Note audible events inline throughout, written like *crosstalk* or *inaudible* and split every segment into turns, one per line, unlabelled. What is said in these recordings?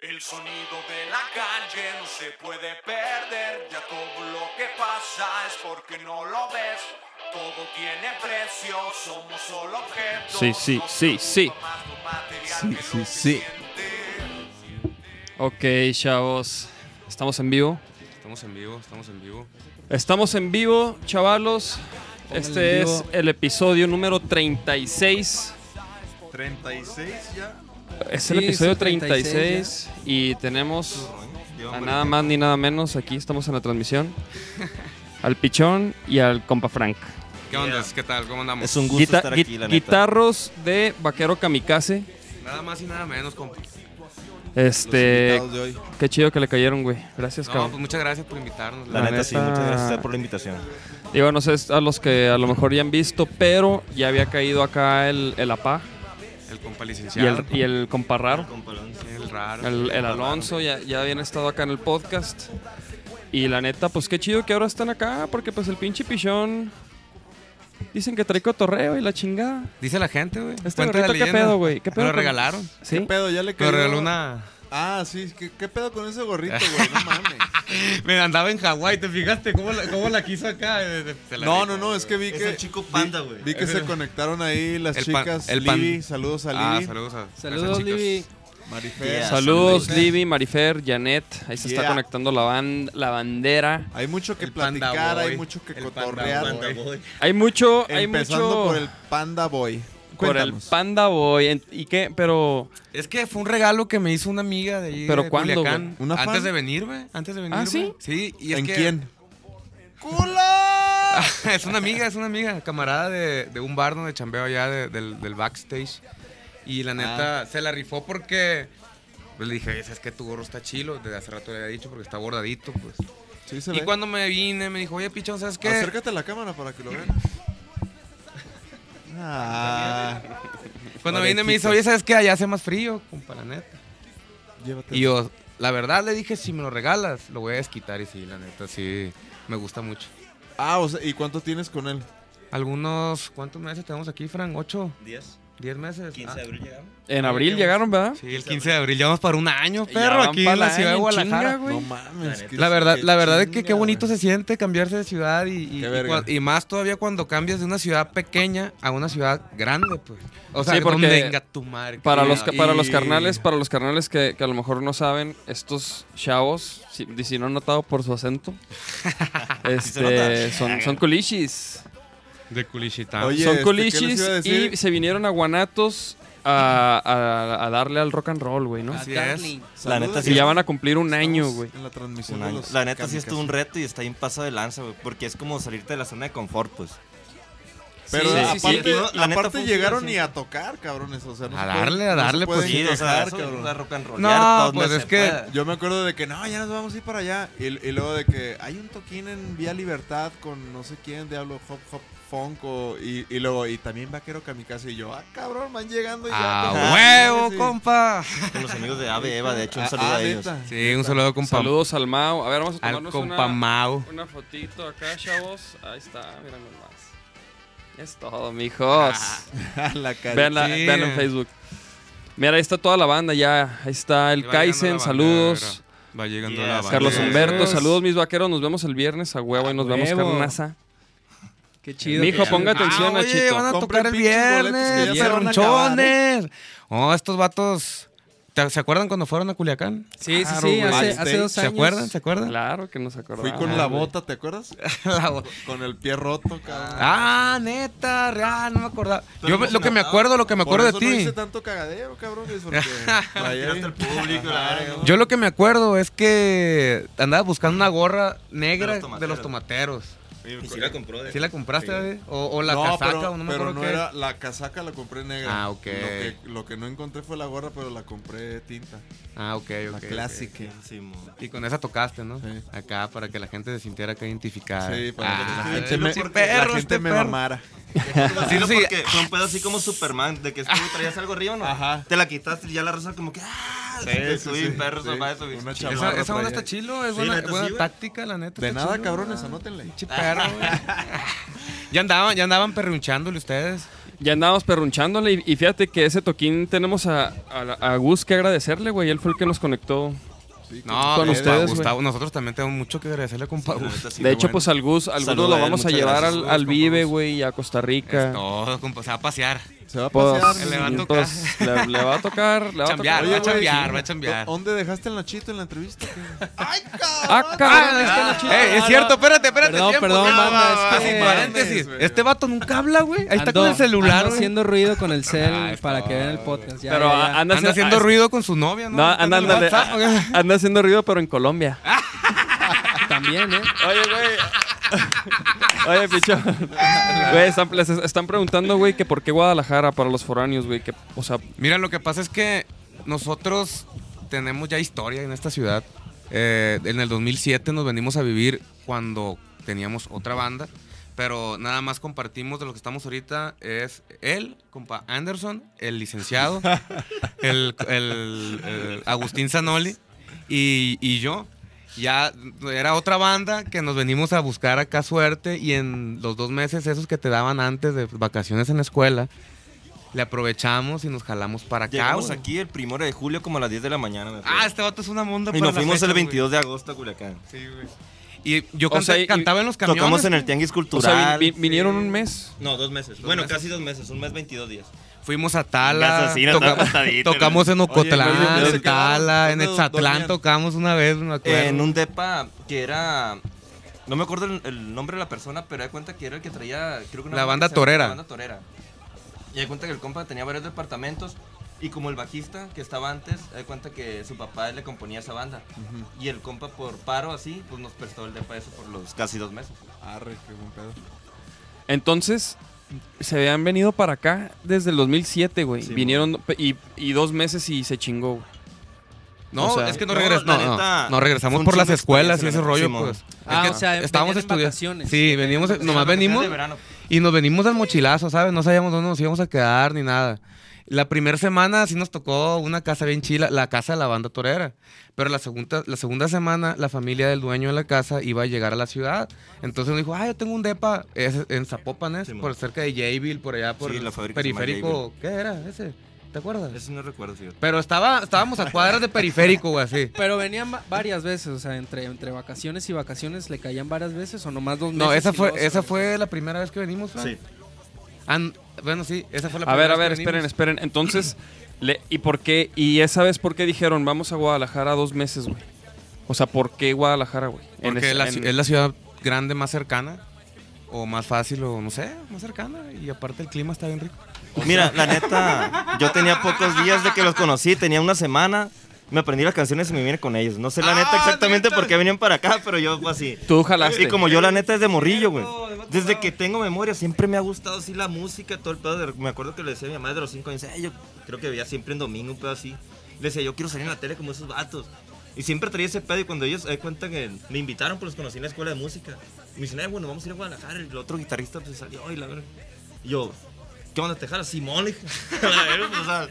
El sonido de la calle no se puede perder, ya todo lo que pasa es porque no lo ves. Todo tiene precio, somos solo objetos.
Sí, sí,
no
sí,
somos
sí.
más lo material
Sí,
que lo que
sí, sí.
sientes.
Ok, chavos. Estamos en vivo.
Estamos en vivo, estamos en vivo.
Estamos en vivo, chavalos. Este
en
es
vivo.
el episodio número 36.
36 ya.
Es
Sí,
el
es
episodio
el 36 ya.
36 y tenemos
Llevan
a
por
nada
acá.
más ni nada menos. Aquí estamos en la transmisión. Al pichón y al compa Frank.
¿Qué onda? ¿Qué tal? ¿Cómo andamos?
Es un gusto
Guita-
estar
gui-
aquí, la neta.
guitarros de Vaquero Kamikaze.
Nada más y nada menos, compa.
Los
Este,
invitados de hoy.
qué chido que le cayeron, güey. Gracias,
No, pues
cabrón.
muchas gracias por invitarnos.
La,
La
neta, sí,
neta-
muchas gracias a usted por la invitación.
Digo, no sé a los que a lo mejor ya han visto, pero ya había caído acá el, el APA
El compa
y
licenciado.
el, y el compa raro.
El raro.
El, el Alonso ya, ya habían estado acá en el podcast. Y la neta, pues qué chido que ahora están acá, porque pues el pinche pichón. Dicen que trae cotorreo y la chingada.
Dice la gente, güey.
Este
Cuenta la
gorrito, ¿qué
leyenda.
pedo, güey? ¿Qué
Me
pedo
lo
con-
regalaron.
¿Sí?
¿Qué pedo? Ya le
Me lo
cayó.
regaló una. *laughs*
Ah, sí, ¿qué, qué pedo con ese gorrito, güey? No mames.
Me andaba en Hawái, ¿te fijaste cómo la, cómo la quiso acá? Eh, eh, se la
No,
rifó,
no, no, es que vi
Es
que.
el chico panda,
vi-
güey.
Vi que
*laughs*
se conectaron ahí las
El pan-
chicas.
el pan-
Libby, saludos a
Ah,
Libby.
saludos a.
Saludos,
Libby.
Marifer.
Yeah.
Saludos,
saludos.
Libby, Marifer, Janet. Ahí se está
Yeah.
conectando la, ban- la bandera.
Hay mucho que
El Panda
platicar, hay
Boy.
mucho que
El Panda
cotorrear.
Boy.
Hay mucho, hay
Empezando
mucho.
por el Panda Boy.
por el
Cuéntanos.
Panda Boy. En- ¿Y qué? Pero.
Es que fue un regalo que me hizo una amiga de allí.
¿Pero
de
cuándo,
Culiacán.
güey? ¿Una fan?
Antes de venir, güey. Antes de venir.
¿Ah, sí?
güey. Sí, y es
¿En
que-
quién?
*laughs* es una amiga, es una amiga, camarada de, de un bar donde chambeo allá de- del, del backstage. Y la neta,
Ah.
se la rifó porque pues, le dije, es que tu gorro está chilo, desde hace rato le había dicho porque está bordadito, pues.
Sí, se
Y
ve.
cuando me vine, me dijo, oye, pichón, ¿sabes qué?
Acércate a la cámara para que lo
*laughs*
vean. Ah,
Cuando me vine, me dice, oye, ¿sabes qué? Allá hace más frío, compa, la neta.
llévatelo.
Y yo, la verdad, le dije, si me lo regalas, lo voy a desquitar. Y sí, la neta, sí, me gusta mucho.
Ah, o sea, ¿y cuánto tienes con él?
Algunos, ¿cuántos meses tenemos aquí, Frank? ¿Ocho?
10,
¿Diez meses? Ah.
abril llegamos.
En abril llegaron, ¿verdad?
Sí, el 15 de abril. Llevamos para un año,
Ya
perro,
van
aquí
pa'
en la
la
ciudad de
en chinga,
Guadalajara.
güey.
No mames.
La verdad, la verdad es que qué
chinga,
bonito
güey.
se siente cambiarse de ciudad y, y-
Qué
y
verga.
cua- y más todavía cuando cambias de una ciudad pequeña a una ciudad grande, pues. O sea,
Sí, porque
donde venga tu madre.
Para
que-
los,
y-
para los carnales, para los carnales que, que a lo mejor no saben, estos chavos, si, y si no han notado por su acento, este, son, son culichis.
de Culichitán.
Oye,
son
este, ¿qué les
culichis
iba a decir?
y se vinieron a Guanatos a, a- a darle al rock and roll, güey, ¿no?
Así es.
La neta
Saludos.
sí
Y ya
es-
van a cumplir un año,
Estamos
güey.
En la transmisión
un
de
año.
los
La neta sí es todo un
kamikazes.
reto y está bien pasado de lanza, güey, porque es como salirte de la zona de confort, pues.
Pero
Sí,
aparte,
sí, sí.
No, la neta
aparte
fue un
llegaron
accidente.
ni a tocar, cabrones. O sea, no
A
se
darle,
pueden- no
a
se
darle, pues,
pueden
Sí, o sea,
quejar,
eso
cabrón.
es la rock and roll.
No, pues, es que-
Yo me acuerdo de que no, ya nos vamos a ir para allá. Y, y luego de que hay un toquín en Vía Libertad con no sé quién, Diablo Hop Hop Funk. o- y, y luego, y también Vaquero Kamikaze. Y yo, ah, cabrón, van llegando. Y
Pues
Ah,
ya,
¡A
todos-
huevo,
Sí.
Ah, compa!
Con los amigos de Ave Eva, de hecho, un
Ah,
saludo
ah,
a ellos.
neta.
Sí, un saludo, compa.
Saludos al Mao. A ver, vamos a
Al
tomarnos
compa
una,
Mau.
una fotito acá, chavos. Ahí está, miren nomás. Es todo, mijos.
*laughs* A la cara.
Veanla,
Sí.
veanla en Facebook. Mira, ahí está toda la banda ya. Ahí está el
Va llegando la
Kaizen,
bandera.
saludos.
Va llegando
Yes.
la bandera.
Carlos
Yes.
Humberto, saludos mis vaqueros. Nos vemos el viernes a huevo y nos vemos
huevo.
carnaza.
Qué chido.
Mijo,
que-
ponga atención,
Ah, oye,
Nachito.
van a
Compren
tocar el
pinches boletos que
viernes,
ya se van a acabar, ¿eh?
perronchones. Oh, estos vatos. ¿te- ¿Se acuerdan cuando fueron a Culiacán?
Sí, sí,
Claro,
sí,
güey.
hace,
Backstage,
hace dos
¿Se
años.
acuerdan? ¿Se acuerdan?
Claro que nos acordamos.
Fui con la
Ah, güey.
bota, ¿te acuerdas? *laughs* con el pie roto, cabrón.
Ah, neta, ah, no me acordaba. Yo me-
no
lo que me
notaba.
acuerdo, lo que me
Por
acuerdo de
eso no
ti.
hice tanto cagadero, cabrón. es
*laughs*
porque traía
Tiraste al público, la
Ajá,
verga.
güey.
Yo lo que me acuerdo es que andaba buscando una gorra negra
De
de los,
los
tomateros.
Y sí la compró. de-
¿Sí la compraste,
Sí.
David? O, o la casaca,
pero,
o no me
pero
acuerdo
no
qué.
era la casaca la compré negra.
Ah, ok.
Lo que, lo que no encontré fue la gorra, pero la compré tinta.
Ah, ok, ok.
La
ok.
clásica.
Sí, mo.
Y con esa tocaste, ¿no?
Sí.
Acá, para que la gente se sintiera acá identificada.
Sí, para
Ah,
que la gente me,
este
la
perro,
gente
este
me
perro.
mamara.
Sí, no,
Sí.
porque fue un pedo así como Superman, de que tú traías algo arriba, ¿no?
Ajá.
Te la quitaste y ya la raza como que... ¡Ah!
Sí,
te
sí,
subí,
sí,
perro,
sí.
sofá, subí.
Una
Chido.
chamarra.
Esa, esa onda
traía.
está chilo, es
Sí,
buena,
neta,
buena
sí, güey.
táctica, la neta.
De
está
nada,
chilo. *laughs*
cabrones, anótenle.
Pinche perro, güey. ya andaban, ya andaban perrunchándole ustedes.
ya andábamos perrunchándole y, y fíjate que ese toquín tenemos a, a, la- a Gus que agradecerle, güey. Él fue el que nos conectó.
No,
Con
con
ustedes, güey.
Gustavo, nosotros también tenemos mucho que agradecerle, compa. Gus.
De hecho, pues al Gus, al Gus
Saluda a
lo
él,
vamos a
muchas
llevar
gracias,
al,
Gus,
al
con
Vive,
Gus.
güey, y a Costa
Es
Rica.
todo, compa, se va a pasear.
Se va a
Pues,
pasear.
le va a
mm,
tocar.
pues, le, le va a tocar, le va a
Chambear,
tocar.
va a
güey,
chambear,
sí.
va a chambear.
¿Dónde dejaste el Nachito en la entrevista? qué? ¡Ay,
Ah,
cabrón!
cabrón, es que no chido.
Ey, eh, es cierto, espérate, espérate.
Perdón,
tiempo,
perdón,
tiempo.
banda, es
Ah,
que-
sin paréntesis.
Mames, güey.
Este vato nunca habla, güey. Ahí está con el celular,
ando
güey.
haciendo ruido con el cel
Ah, está,
para que vean el podcast. Ya,
Pero
ya, ya.
anda,
Anda haciendo ruido con su novia, ¿no?
No,
Está en
anda,
el
ándale,
WhatsApp, güey.
a- anda haciendo ruido, pero en
*laughs*
Colombia.
también, ¿eh?
Oye, güey. Oye, pichón. Güey, están, les están preguntando, güey, que por qué Guadalajara para los foráneos, güey. Que, o sea,
Mira, lo que pasa es que nosotros tenemos ya historia en esta ciudad. Eh, en el 2007 nos venimos a vivir cuando teníamos otra banda, pero nada más compartimos de lo que estamos ahorita es él, compa Anderson, el licenciado, el, el- el Agustín Zanoli y, y yo. Ya era otra banda que nos venimos a buscar acá suerte y en los dos meses esos que te daban antes de vacaciones en la escuela, le aprovechamos y nos jalamos para acá.
Llegamos
güey.
aquí el primero de julio como a las 10 de la mañana. me acuerdo.
Ah, este vato es una monda
y
para
nos
la
fuimos el
fecha, güey.
22 de agosto a Culiacán.
Y yo
O
canté-
sea, y-
cantaba en los camiones.
Tocamos en el Tianguis
o
Cultural.
sea, vi- vi- vinieron un mes.
No, dos meses. bueno, casi dos meses. Un mes, 22 días.
Fuimos a
Vengas
Tala.
así, no
toca-
estaba acostadito,
tocamos en
Oye, güey,
Ocotlán,
¿dónde se quedaron?
en Tala, en
¿Dónde
Exatlán
dormían?
tocamos una vez, me acuerdo.
En un depa que era... No me acuerdo el, el nombre de la persona, pero da cuenta que era el que traía... Creo que una
La banda
que se llama
torera.
La banda torera. Y da cuenta que el compa tenía varios departamentos. Y como el bajista que estaba antes, da cuenta que su papá le componía esa banda. Y el compa por paro así, pues nos prestó el depa eso por los casi dos meses.
Arre, qué buen pedo.
Entonces, se habían venido para acá desde el 2007, güey.
Sí,
vinieron pe- y, y dos meses y se chingó, güey.
No,
o sea,
es que no
no,
regresamos.
la
No, no,
neta,
no,
fue
regresamos
un
por
chingo
las
de
escuelas y ese
experiencia,
rollo,
Simón.
pues.
Ah,
Es
o
que
sea,
estábamos
venían en
estudiando.
vacaciones.
Sí, venimos, Pues, nomás venimos
De verano.
y nos venimos al mochilazo, ¿sabes? No sabíamos dónde nos íbamos a quedar ni nada. La primera semana sí nos tocó una casa bien chila, la casa de la banda torera. Pero la segunda, la segunda semana la familia del dueño de la casa iba a llegar a la ciudad. Entonces nos dijo, ah, yo tengo un depa es en Zapopan, ¿es?
Sí,
por
mon.
cerca de Jayville, por allá, por
Sí,
el
la fábrica se llama
periférico. ¿Qué era ese? ¿Te acuerdas?
Eso no recuerdo, fíjate.
Pero estaba, estábamos a cuadras de periférico, güey, así.
Pero venían va- varias veces, o sea, entre, entre vacaciones y vacaciones le caían varias veces o nomás dos meses.
No, esa
y
fue,
luego se
esa
regresaban?
fue la primera vez que venimos, Fran.
Sí.
Ah, n- bueno, sí, esa fue la
A
primera
ver, a ver,
vez que venimos.
esperen, esperen. Entonces, le- ¿y por qué? ¿Y esa vez por qué dijeron vamos a Guadalajara dos meses, güey? O sea, ¿por qué Guadalajara, güey? En
Porque
ese-
la
en-
ci- es la ciudad grande más cercana, o más fácil, o no sé, más cercana. Y aparte el clima está bien rico.
Mira, la neta, yo tenía pocos días de que los conocí, tenía una semana. Me aprendí las canciones y me vine con ellos. No sé la Ah, neta exactamente por qué venían para acá, pero yo fue así.
Tú jalaste.
Y como yo la neta es de morrillo, güey. Desde que tengo memoria siempre me ha gustado así la música, todo el pedo. de- me acuerdo que le decía a mi mamá de los cinco años, "Ay, yo creo que veía siempre en domingo un pedo así. Le decía, yo quiero salir en la tele como esos vatos. Y siempre traía ese pedo y cuando ellos eh, cuentan que me invitaron, pues los conocí en la escuela de música. Y me dicen, "Ay, bueno, vamos a ir a Guadalajara. El otro guitarrista pues salió y la verdad. Y yo, ¿qué onda, Tejada? Simón. le dije. *laughs* A la verga, pues, o sea,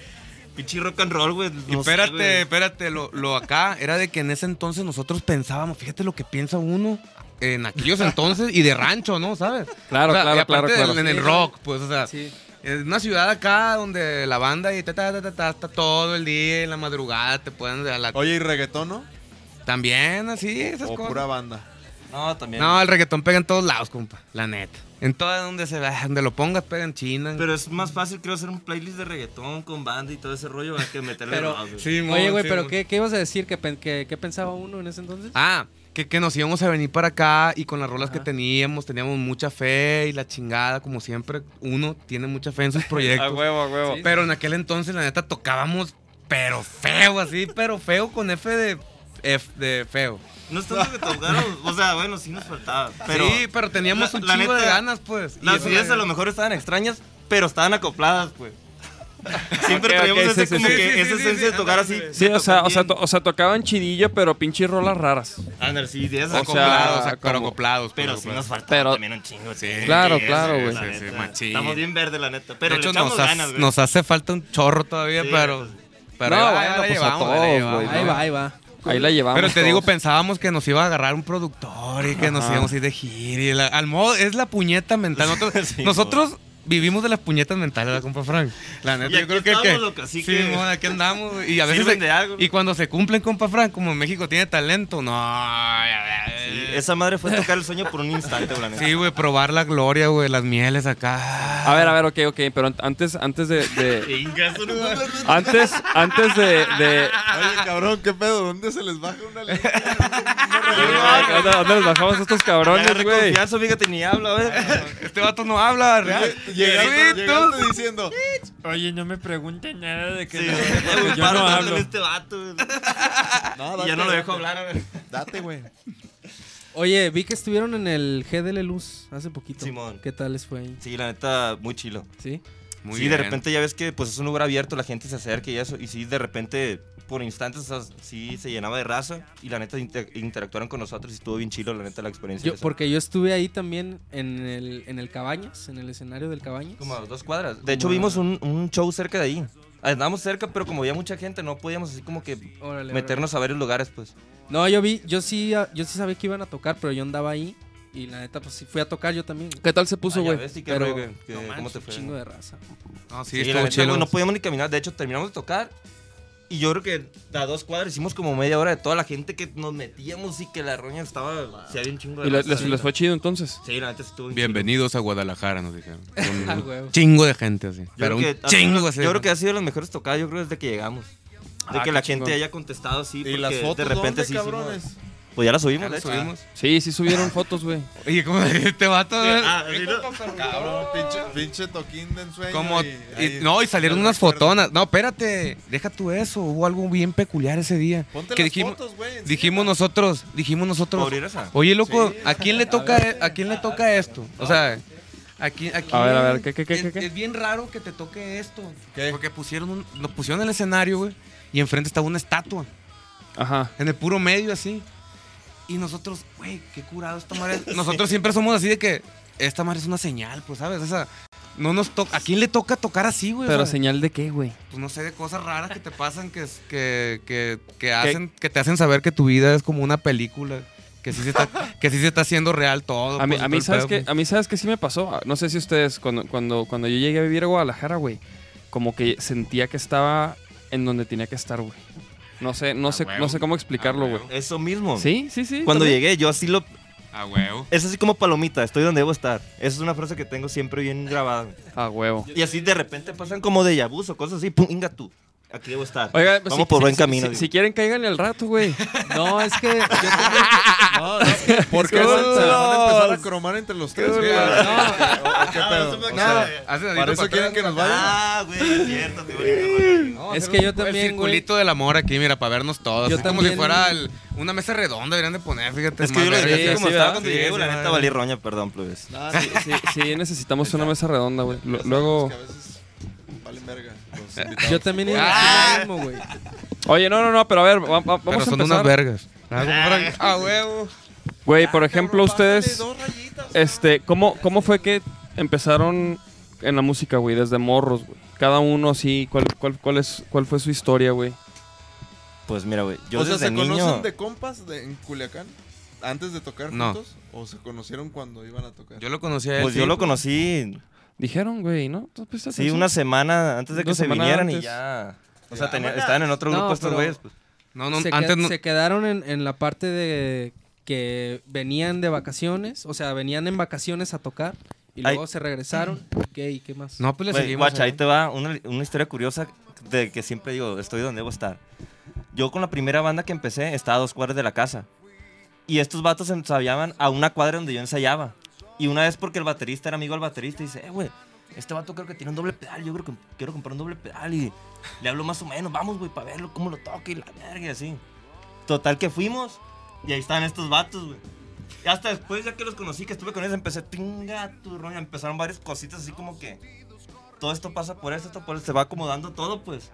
pinche rock and roll, güey. no
Y
sé,
espérate,
güey.
espérate, lo, lo acá era de que en ese entonces nosotros pensábamos, fíjate lo que piensa uno en aquellos entonces y de rancho, ¿no? ¿Sabes?
Claro,
O sea,
claro,
y aparte
claro, claro.
En el rock, pues, o sea,
Sí.
es una ciudad acá donde la banda y ta, ta, ta, ta, ta, está todo el día, en la madrugada, te pueden... a la-
Oye, ¿y reggaetón, no?
También, así, esas
O
cosas.
pura banda.
No, también.
No, el reggaetón pega en todos lados, compa. La neta. En todo donde se vea, donde lo pongas, pega en China.
Pero es más fácil, creo, hacer un playlist de reggaetón con banda y todo ese rollo a que meterle
Pero-
rock, güey.
Oye, güey, pero ¿qué, qué ibas a decir? ¿Qué, pen- qué- qué pensaba uno en ese entonces?
Ah, que, que nos íbamos a venir para acá y con las rolas que teníamos, teníamos mucha fe y la chingada, como siempre, uno tiene mucha fe en
*laughs*
sus proyectos.
huevo, a huevo.
Sí.
Ah, Pero en aquel entonces, la neta, tocábamos, pero feo, así, pero feo con F de, F de feo.
No es tanto que tocaron, o sea, bueno, sí nos faltaba. Pero
sí, pero teníamos
la-
un
la
chingo de
neta,
ganas, pues. Y
las
eso
ideas
era-
a lo mejor estaban extrañas, pero estaban acopladas, pues. Siempre
Ok, ok,
traíamos
sí,
ese,
sí,
como
sí.
que
Sí, sí,
esa
sí, sí,
esencia de tocar
ándale,
así.
güey.
Sí, o sea, o sea, to-
tocar
o sea, tocaban chidillo, pero pinche rolas raras.
Ándale, sí, ideas
sea,
acopladas.
acoplados, pero
como-
acoplados.
Ah, pero
pues,
sí
pues.
nos faltaba
Pero-
también un chingo. Sí,
Claro,
sí,
claro,
sí,
güey.
la
Sí, sí,
neta.
machín.
Estamos bien verde, la neta. Pero
de hecho,
le echamos
nos, hace-
ganas, güey.
nos hace falta un chorro todavía,
Sí,
pero.
pues.
pero
No,
ahí
bueno,
la
pues a
llevamos, ahí la
todos,
llevamos.
güey,
ahí va, ahí va.
Ahí la llevamos.
Pero te digo,
todos.
pensábamos que nos iba a agarrar un
*laughs*
productor y que nos íbamos a ir de gira. y la- al modo, es la puñeta mental. Nosotros,
Sí,
nosotros vivimos de las puñetas mentales, ¿verdad, compa Frank? La neta,
Y
yo
aquí
creo que-
estamos,
que.
loco, así
sí,
que-
mon, aquí andamos. güey, Y a veces.
Sirven
se-
de algo.
Y cuando se cumplen, compa Frank, como México tiene talento, no. ya-
Sí, esa madre fue tocar el sueño por un instante, güey, la neta.
eh, Sí, güey, probar la gloria, güey, las mieles acá.
A ver, a ver, ok, ok, pero an- antes, antes de. de-
*laughs* Chingas, no, no, no, no.
antes, antes de. de
Ah,
Oye, cabrón, ¿qué pedo? ¿Dónde se les baja una
*laughs*
lengua?
¿Dónde dónde les bajamos a estos
Ya
cabrones,
agarré
güey?
confianza, fíjate, ni habla, a ver.
Este vato no habla, real.
Llegaste,
Sí, tú.
llegaste diciendo,
Oye, no me pregunten nada de que
Sí,
no,
güey,
porque yo
paro
no
dándole
hablo.
este vato, güey.
Ah,
no,
Y
date,
ya no lo dejo
date,
hablar, a ver.
Date, güey.
Oye, vi que estuvieron en el GDL Luz hace poquito.
Simón.
¿Qué tal les fue ahí?
Sí, la neta, muy chilo.
¿Sí?
Muy
sí, de
bien.
repente ya ves que pues es un lugar abierto, la gente se acerca y eso. Y sí, de repente, por instantes, o sea, sí se llenaba de raza. Y la neta inter- interactuaron con nosotros y estuvo bien chilo, la neta, la experiencia.
Yo,
esa.
porque yo estuve ahí también en el, en el Cabañas, en el escenario del Cabañas.
Como a dos cuadras. De hecho, vimos un, un show cerca de ahí. Andábamos cerca, pero como había mucha gente, no podíamos así como que
Órale,
meternos a varios lugares, pues.
órale. No, yo vi, yo sí, ah, yo sí sabía que iban a tocar, pero yo andaba ahí y la neta, pues sí fui a tocar yo también.
¿Qué tal se puso,
Ah, ya
güey?
ves, sí, qué
Pero,
rollo, güey, que-
no
¿cómo
manches,
te
un
fue?
chingo de raza.
No, Ah, sí,
Sí, la
estuvo
neta,
chilo.
güey, no podíamos ni caminar. De hecho, terminamos de tocar. Y yo creo que a dos cuadras hicimos como media hora de toda la gente que nos metíamos y que la roña estaba. Se había un chingo de
¿Y le-
raza,
les,
la
les
neta.
fue chido entonces?
Sí, la neta estuvo bien
Bienvenidos a Guadalajara, nos
*laughs*
dijeron. Con
Ah,
Un
huevo.
chingo de gente así.
chido.
Pero
Yo
un
creo que-
chingo así.
Yo creo que ha sido de las mejores tocadas, yo creo desde que llegamos. De
Ah,
que
qué
la
chingón.
gente haya contestado así.
Y las
porque
fotos,
de repente
¿dónde,
sí. hicimos-
cabrones?
Pues ya la subimos,
Ya
de
la
hecho.
subimos.
Sí, sí subieron fotos, güey.
Oye, ¿cómo *laughs* este vato? güey?
Ah, sí, ¿no?
Cabrón, pinche, pinche toquín de ensueño.
Como,
y-
y-
ahí-
no, y salieron
ahí
unas
recuerdo.
fotonas. No, espérate, deja tú eso. Hubo algo bien peculiar ese día.
Ponte
que
las
dijimos,
fotos, güey. enséñala.
dijimos nosotros, dijimos nosotros.
¿Abrir esa?
Oye, loco,
Sí.
¿a quién le toca, e- a quién le toca esto? O sea, aquí, aquí
A ver, a ver, ¿qué, qué, qué,
es,
qué, qué?
es bien raro que te toque esto.
¿Qué?
Porque pusieron, un, lo pusieron en el escenario, güey, y enfrente estaba una estatua.
Ajá.
En el puro medio, así. Y nosotros, güey, qué curado esta madre.
*laughs*
Nosotros siempre somos así de que esta madre es una señal, pues, ¿sabes? O sea, no nos toca. ¿A quién le toca tocar así,
Pues,
güey? O
Pero
sea,
señal de qué, güey.
pues no sé, de cosas raras que te pasan que, es- que, que, que hacen, que te hacen saber que tu vida es como una película. Que sí se está, que sí se está haciendo real todo.
A mí,
pues,
a
todo
mí,
el
¿sabes
pedo,
que
pues.
A mí, ¿sabes que Sí me pasó. Ah, No sé si ustedes, cuando, cuando, cuando yo llegué a vivir a Guadalajara, güey, como que sentía que estaba en donde tenía que estar, güey. No sé, no sé, no
huevo.
sé cómo explicarlo,
Ah,
güey.
huevo.
Eso mismo.
Sí, sí, sí.
Cuando
también.
llegué, yo así lo.
A huevo.
Es así como palomita, estoy donde debo estar. Esa es una frase que tengo siempre bien grabada.
Ah, huevo.
Y así de repente pasan como de yabús o cosas así. ¡Pum! Inga tú. Aquí debo estar.
Oiga,
Vamos
pues, si-
por
si-
buen
si-
camino.
Si,
digo.
si quieren, cáiganle al rato,
*laughs*
güey.
No, es que yo también- no, es
*laughs*
que-
¿Por qué se, se la van a empezar a cromar entre los tres, güey? ¿O- o ¿Qué pedo? O sea, ¿Para eso quieren que nos vayan?
Ah, güey, es cierto, te voy a agarrar.
Es que yo también,
El circulito del amor aquí, mira, para vernos todos.
Yo
Así como
también.
si fuera el- una mesa redonda, deberían de poner, fíjate.
Es que yo lo
más
dejé
verga.
así
sí,
como
sí,
estaba
¿verdad?
cuando
Sí,
llegué,
sí,
güey, la neta
madre.
valí roña, perdón, pues. plebes.
Sí, *laughs* sí, sí, necesitamos una mesa redonda, güey. Lu- Luego.
Que a veces valen verga. los
yo
invitados.
también iba
Ah.
a decir lo mismo, güey.
Oye, no, no, no, pero a ver, va- va- vamos
Pero
a
son
empezar.
unas vergas. Ah, A huevo.
Güey, por ejemplo, ustedes,
Dos rayitas.
este, ¿cómo, ¿cómo fue que empezaron en la música, güey? Desde morros, güey. Cada uno así, ¿cuál, cuál, cuál, es, ¿cuál fue su historia, güey?
Pues mira, güey, yo
o sea,
desde
¿se
niño...
conocen de compas de, en Culiacán? ¿Antes de tocar
No.
juntos? ¿O se conocieron cuando iban a tocar?
Yo lo conocí a él.
Pues
sí,
yo lo conocí,
Dijeron, güey, ¿no? pues, ¿Tú prestaste
sí,
atención?
una semana antes de que
Dos
se
semanas
vinieran y
antes.
ya... O sea, tenía- estaban en otro
No,
grupo estos
pero-
güeyes. pues.
No, no,
se, que-
antes no.
se quedaron en, en la parte de que venían de vacaciones, o sea, venían en vacaciones a tocar y
Ay.
luego se regresaron. ¿Qué? ¿Y qué más?
No, pues le
Güey,
seguimos.
guacha,
¿eh?
ahí te va una, una historia curiosa de que siempre digo, estoy donde debo estar. Yo con la primera banda que empecé estaba a dos cuadras de la casa. Y estos vatos ensayaban a una cuadra donde yo ensayaba. Y una vez porque el baterista era amigo del baterista y dice, eh, güey, este vato creo que tiene un doble pedal, yo creo que quiero comprar un doble pedal y le hablo más o menos, vamos, güey, para verlo, cómo lo toca y la verga y así. Total que fuimos y ahí estaban estos vatos, güey. Y hasta después, ya que los conocí, que estuve con ellos, empecé, tinga, tu roña, empezaron varias cositas así como que todo esto pasa por esto, esto por esto, se va acomodando todo, pues.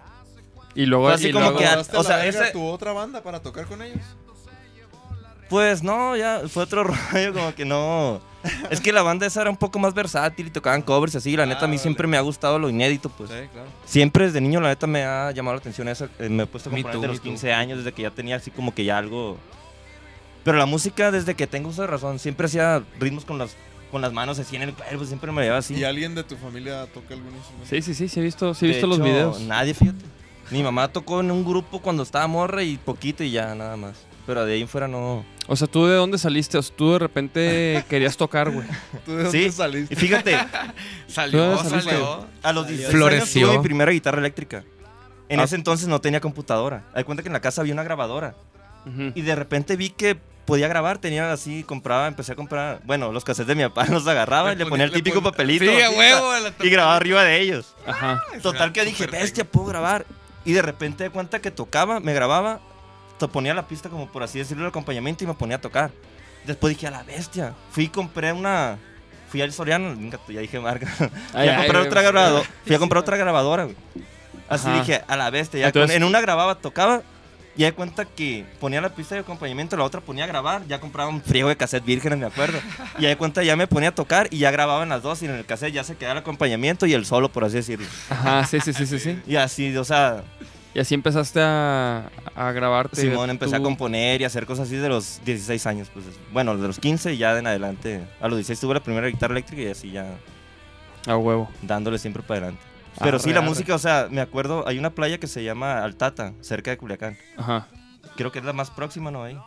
Y luego,
Fue así
y
como
luego-
que-
¿Mandaste
o
la
sea,
verga
ese-
a tu otra banda para tocar con ellos?
Pues no, ya fue otro *laughs* rollo, como que no. Es que la banda esa era un poco más versátil y tocaban covers así. La neta, a mí
Ah,
siempre me ha gustado lo inédito, pues.
claro.
Siempre desde niño, la neta, me ha llamado la atención eso. eh, Me he puesto a
Me
componer
too,
desde
me
los
too.
15 años, desde que ya tenía así como que ya algo. Pero la música, desde que tengo uso de razón, siempre hacía ritmos con las con las manos así en el cuerpo, siempre me llevaba así.
¿Y alguien de tu familia toca algún instrumento?
Sí, sí, sí, sí he visto, sí he
De
visto los
hecho,
videos.
Nadie, fíjate. Mi mamá tocó en un grupo cuando estaba morra y poquito y ya, nada más. Pero de ahí en fuera no.
O sea, ¿tú de dónde saliste? O sea, tú de
*laughs*
repente querías tocar, güey.
¿eh?
¿Tú de dónde
Sí,
saliste?
y *laughs* fíjate,
Salió,
¿Tú saliste?
salió.
a los 16
Floreció.
años tuve mi primera guitarra eléctrica. En
Ah.
ese entonces no tenía computadora. Hay cuenta que en la casa había una grabadora.
Ujú.
Y de repente vi que podía grabar, tenía así, compraba, empecé a comprar. Bueno, los cassettes de mi papá *laughs* los agarraba y
Le
le ponía el
ponía- le
típico
ponía-
papelito.
Sí, a
así,
huevo,
ta-
la
Y grababa arriba de ellos.
Ajá.
Total que dije,
Súper
bestia, puedo grabar. Y de repente de cuenta que tocaba, me grababa, te ponía la pista como por así decirlo el acompañamiento y me ponía a tocar. Después dije, a la bestia. Fui y compré una... Fui al Soriano, nunca- ya dije marca. Fui
Ay,
a
ay,
comprar
güey,
otra
pues,
grabadora. Fui a comprar otra grabadora, güey. Así
Ajá.
dije, a la bestia. Ya con-
Entonces-
en una grababa, tocaba. Y de cuenta que ponía la pista de acompañamiento, la otra ponía a grabar. Ya compraba un friego de cassette vírgenes, me acuerdo. Y de cuenta ya me ponía a tocar y ya grababa en las dos. Y en el cassette ya se quedaba el acompañamiento y el solo, por así decirlo.
Ajá, sí, sí, sí, sí, sí.
Y así, o sea,
Y así empezaste a, a grabarte.
Simón empecé a
tú.
componer y a hacer cosas así de los 16 años. Pues, bueno, de los 15 y ya de en adelante. A los 16 tuve la primera guitarra eléctrica y así ya
A huevo.
dándole siempre para adelante. Pero sí,
Arre,
la
arre.
música, o sea, me acuerdo, hay una playa que se llama Altata, cerca de Culiacán.
Ajá.
Creo que es la más próxima, ¿no? Ahí.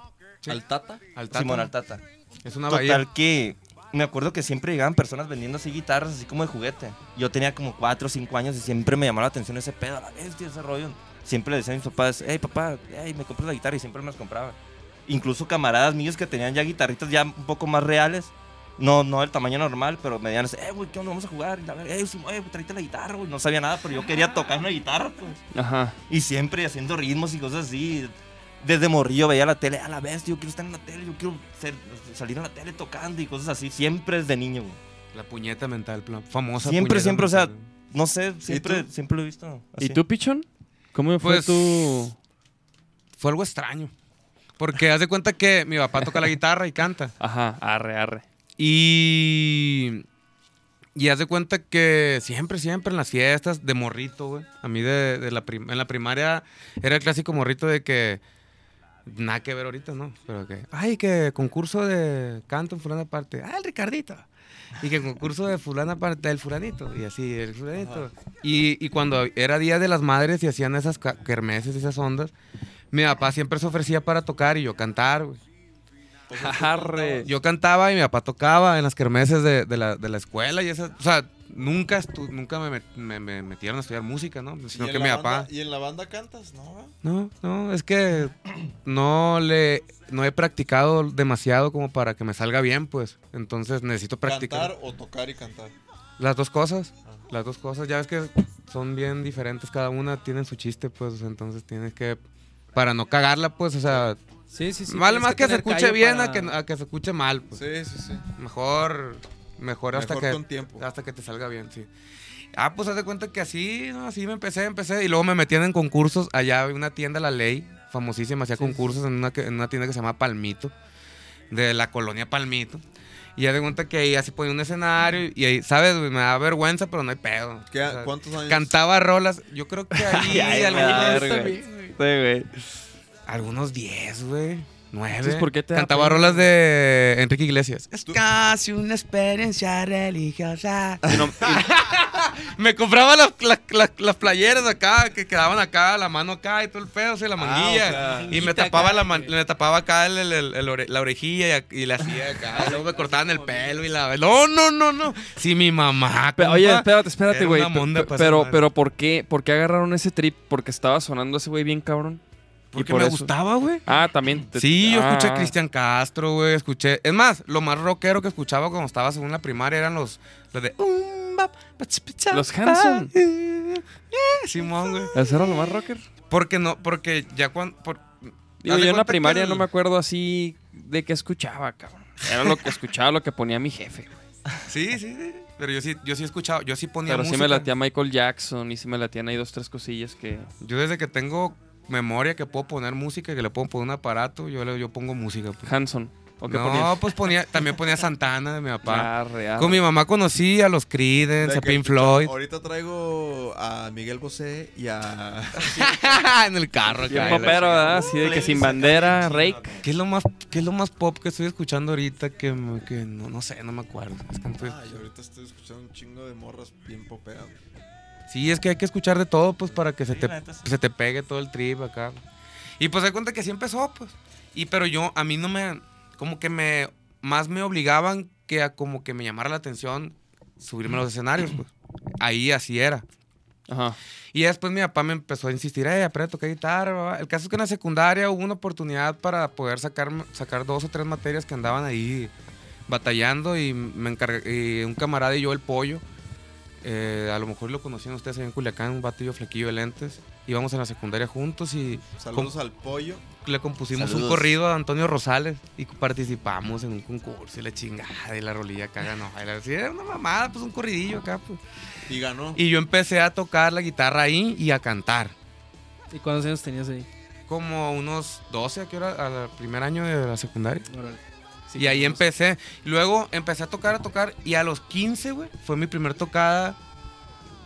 ¿Altata?
Al Tata.
Simón Altata.
Es una
Total
bahía.
que me acuerdo que siempre llegaban personas vendiendo así guitarras, así como de juguete. Yo tenía como 4 o 5 años y siempre me llamaba la atención ese pedo, la bestia, ese rollo. Siempre le decía a mis papás, hey papá, hey, me compras la guitarra y siempre me las compraba. Incluso camaradas míos que tenían ya guitarritas ya un poco más reales. No, no del tamaño normal, pero me decían, eh, güey, ¿qué onda? Vamos a jugar. Y la verga, "Ey, Simón, eh, tráete la guitarra, güey. No sabía nada, pero yo quería tocar una guitarra, pues.
Ajá.
Y siempre haciendo ritmos y cosas así. Desde morrillo veía la tele, a la vez, yo quiero estar en la tele, yo quiero ser- salir a la tele tocando y cosas así. Siempre desde niño, güey.
La puñeta mental, plan, famosa.
Siempre,
puñeta
siempre, o sea,
mental.
No sé, siempre,
tú?
siempre lo he visto.
¿Y
así.
tú, Pichón? ¿Cómo fue
Pues-
tu...?
Fue algo extraño. Porque haz de cuenta que mi papá toca la guitarra y canta.
Ajá, arre, arre.
Y. Y haz de cuenta que siempre, siempre en las fiestas de morrito, güey. A mí de, de la prim- en la primaria era el clásico morrito de que. Nada que ver ahorita, ¿no? Pero que. Ay, que concurso de canto en fulana parte. Ah, el Ricardito. Y que concurso de fulana parte, del fulanito. Y así, el fulanito. Y, y cuando era Día de las Madres y hacían esas ca- kermeses y esas ondas, mi papá siempre se ofrecía para tocar y yo cantar, güey.
Arre.
Yo cantaba y mi papá tocaba en las kermeses de, de la, de la escuela y esas. O sea, nunca, estu- nunca me, met- me- me metieron a estudiar música, ¿no? Sino
en
que
la
mi
banda-
papá.
¿Y en la banda cantas? No, va?
No, no, es que no le. No he practicado demasiado como para que me salga bien, pues. Entonces necesito practicar.
¿Cantar o tocar y cantar?
Las dos cosas. Las dos cosas. Ya ves que son bien diferentes. Cada una tienen su chiste, pues. Entonces tienes que. Para no cagarla, pues. O sea,
Sí, sí, sí.
vale
tienes
más que, se
tener
escuche
callo
bien
para-
a, que, a que se escuche mal, pues.
Sí, sí, sí.
Mejor, mejor hasta
Mejor
que
con tiempo.
Pues, hasta que te salga bien, sí. Ah, pues haz de cuenta que así, ¿no? así me empecé, empecé y luego me metían en concursos allá había una tienda La Ley, famosísima, hacía concursos en una que- en una tienda que se llama Palmito de la colonia Palmito. Y ya de cuenta que ahí así ponía un escenario y ahí, ¿sabes? güey? Me da vergüenza, pero no hay pedo.
¿Qué-
O sea,
¿Cuántos años?
Cantaba rolas, yo creo
*laughs*
que ahí
Ay, me da
algunas-
vergüenza.
algunos 10, güey. 9.
Entonces, ¿por qué te da
Cantaba
pena?
rolas de Enrique Iglesias. Es
Tú-
casi una experiencia religiosa. *laughs* Me compraba las, las- las- las playeras acá, que quedaban acá, la mano acá y todo el pedo, Ah, o sea, la manguilla. y me tapaba, la, man- me tapaba acá el- el- el- el ore- la orejilla y, y la hacía *laughs* acá. Luego me cortaban el pelo y la... No, no, no, no. Sí, mi mamá.
Pe- oye,
compa,
espérate, espérate,
era
güey.
una monda
Pe-
para esa
Pero,
madre.
pero, ¿por qué? ¿Por qué agarraron ese trip? Porque estaba sonando ese güey bien cabrón. Y
Porque
por
me
eso-
gustaba, güey.
Ah, también. te-
Sí, yo
ah,
escuché a
ah.
Cristian Castro, güey. Escuché. Es más, lo más rockero que escuchaba cuando estaba según la primaria eran los, los de. "Um,
Los Hanson.
*laughs* Yeah, Simón, güey.
¿Ese era lo más rocker?
Porque no, porque ya cuando. por-
Digo,
Haz de
yo en la
cuenta que
primaria
el-
no me acuerdo así de qué escuchaba, cabrón. Era lo que escuchaba, lo que ponía mi
*laughs*
jefe. güey.
Sí, sí, sí. Pero yo sí, yo sí escuchaba, yo sí ponía.
Pero sí
música.
me latía Michael Jackson y sí me latían ahí dos, tres cosillas que...
Yo desde que tengo memoria que puedo poner música, que le puedo poner un aparato, yo, le- yo pongo música. pues.
Hanson. *laughs* ¿O qué
no,
ponían?
pues ponía, también ponía Santana de
*laughs*
mi papá.
Arre, arre.
Con mi mamá conocí a los Creedence,
De
a
que,
Pink Floyd.
Ahorita traigo a Miguel Bosé y
*laughs*
a.
en el carro,
Bien
acá.
popero, ¿verdad? Así de que sin bandera, Rake.
¿Qué es lo más, qué es lo más pop que estoy escuchando ahorita que, me- que no, no sé, no me acuerdo? Es que no estoy-
Ah, yo ahorita estoy escuchando un chingo de morras bien popeadas.
sí, es que hay que escuchar de todo, pues, para que se
Sí,
te,
la neta sí.
se te pegue todo el trip acá. Y pues se cuenta que así empezó, pues. Y pero yo, a mí no me, como que me, más me obligaban que a como que me llamara la atención subirme a los escenarios, pues. Ahí así era.
Ajá.
Y ya después mi papá me empezó a insistir, eh, aprende a tocar guitarra. bla, bla". El caso es que en la secundaria hubo una oportunidad para poder sacar, sacar dos o tres materias que andaban ahí batallando y me encargué, un camarada y yo, el pollo, eh, a lo mejor lo conocían ustedes ahí en Culiacán, un batillo flequillo de lentes, íbamos en la secundaria juntos y
Saludos al pollo.
le compusimos un
Saludos.
corrido a Antonio Rosales y participamos en un concurso y la chingada y la rolilla acá ganó. Y la- sí, era una mamada, pues un corridillo acá. Pues.
Y ganó.
Y yo empecé a tocar la guitarra ahí y a cantar.
¿Y cuántos años tenías ahí?
como unos 12, ¿a qué hora? Al primer año de la secundaria.
Órale. Sí,
y ahí
pues,
empecé. Luego empecé a tocar, a tocar. Y a los 15, güey, fue mi primer tocada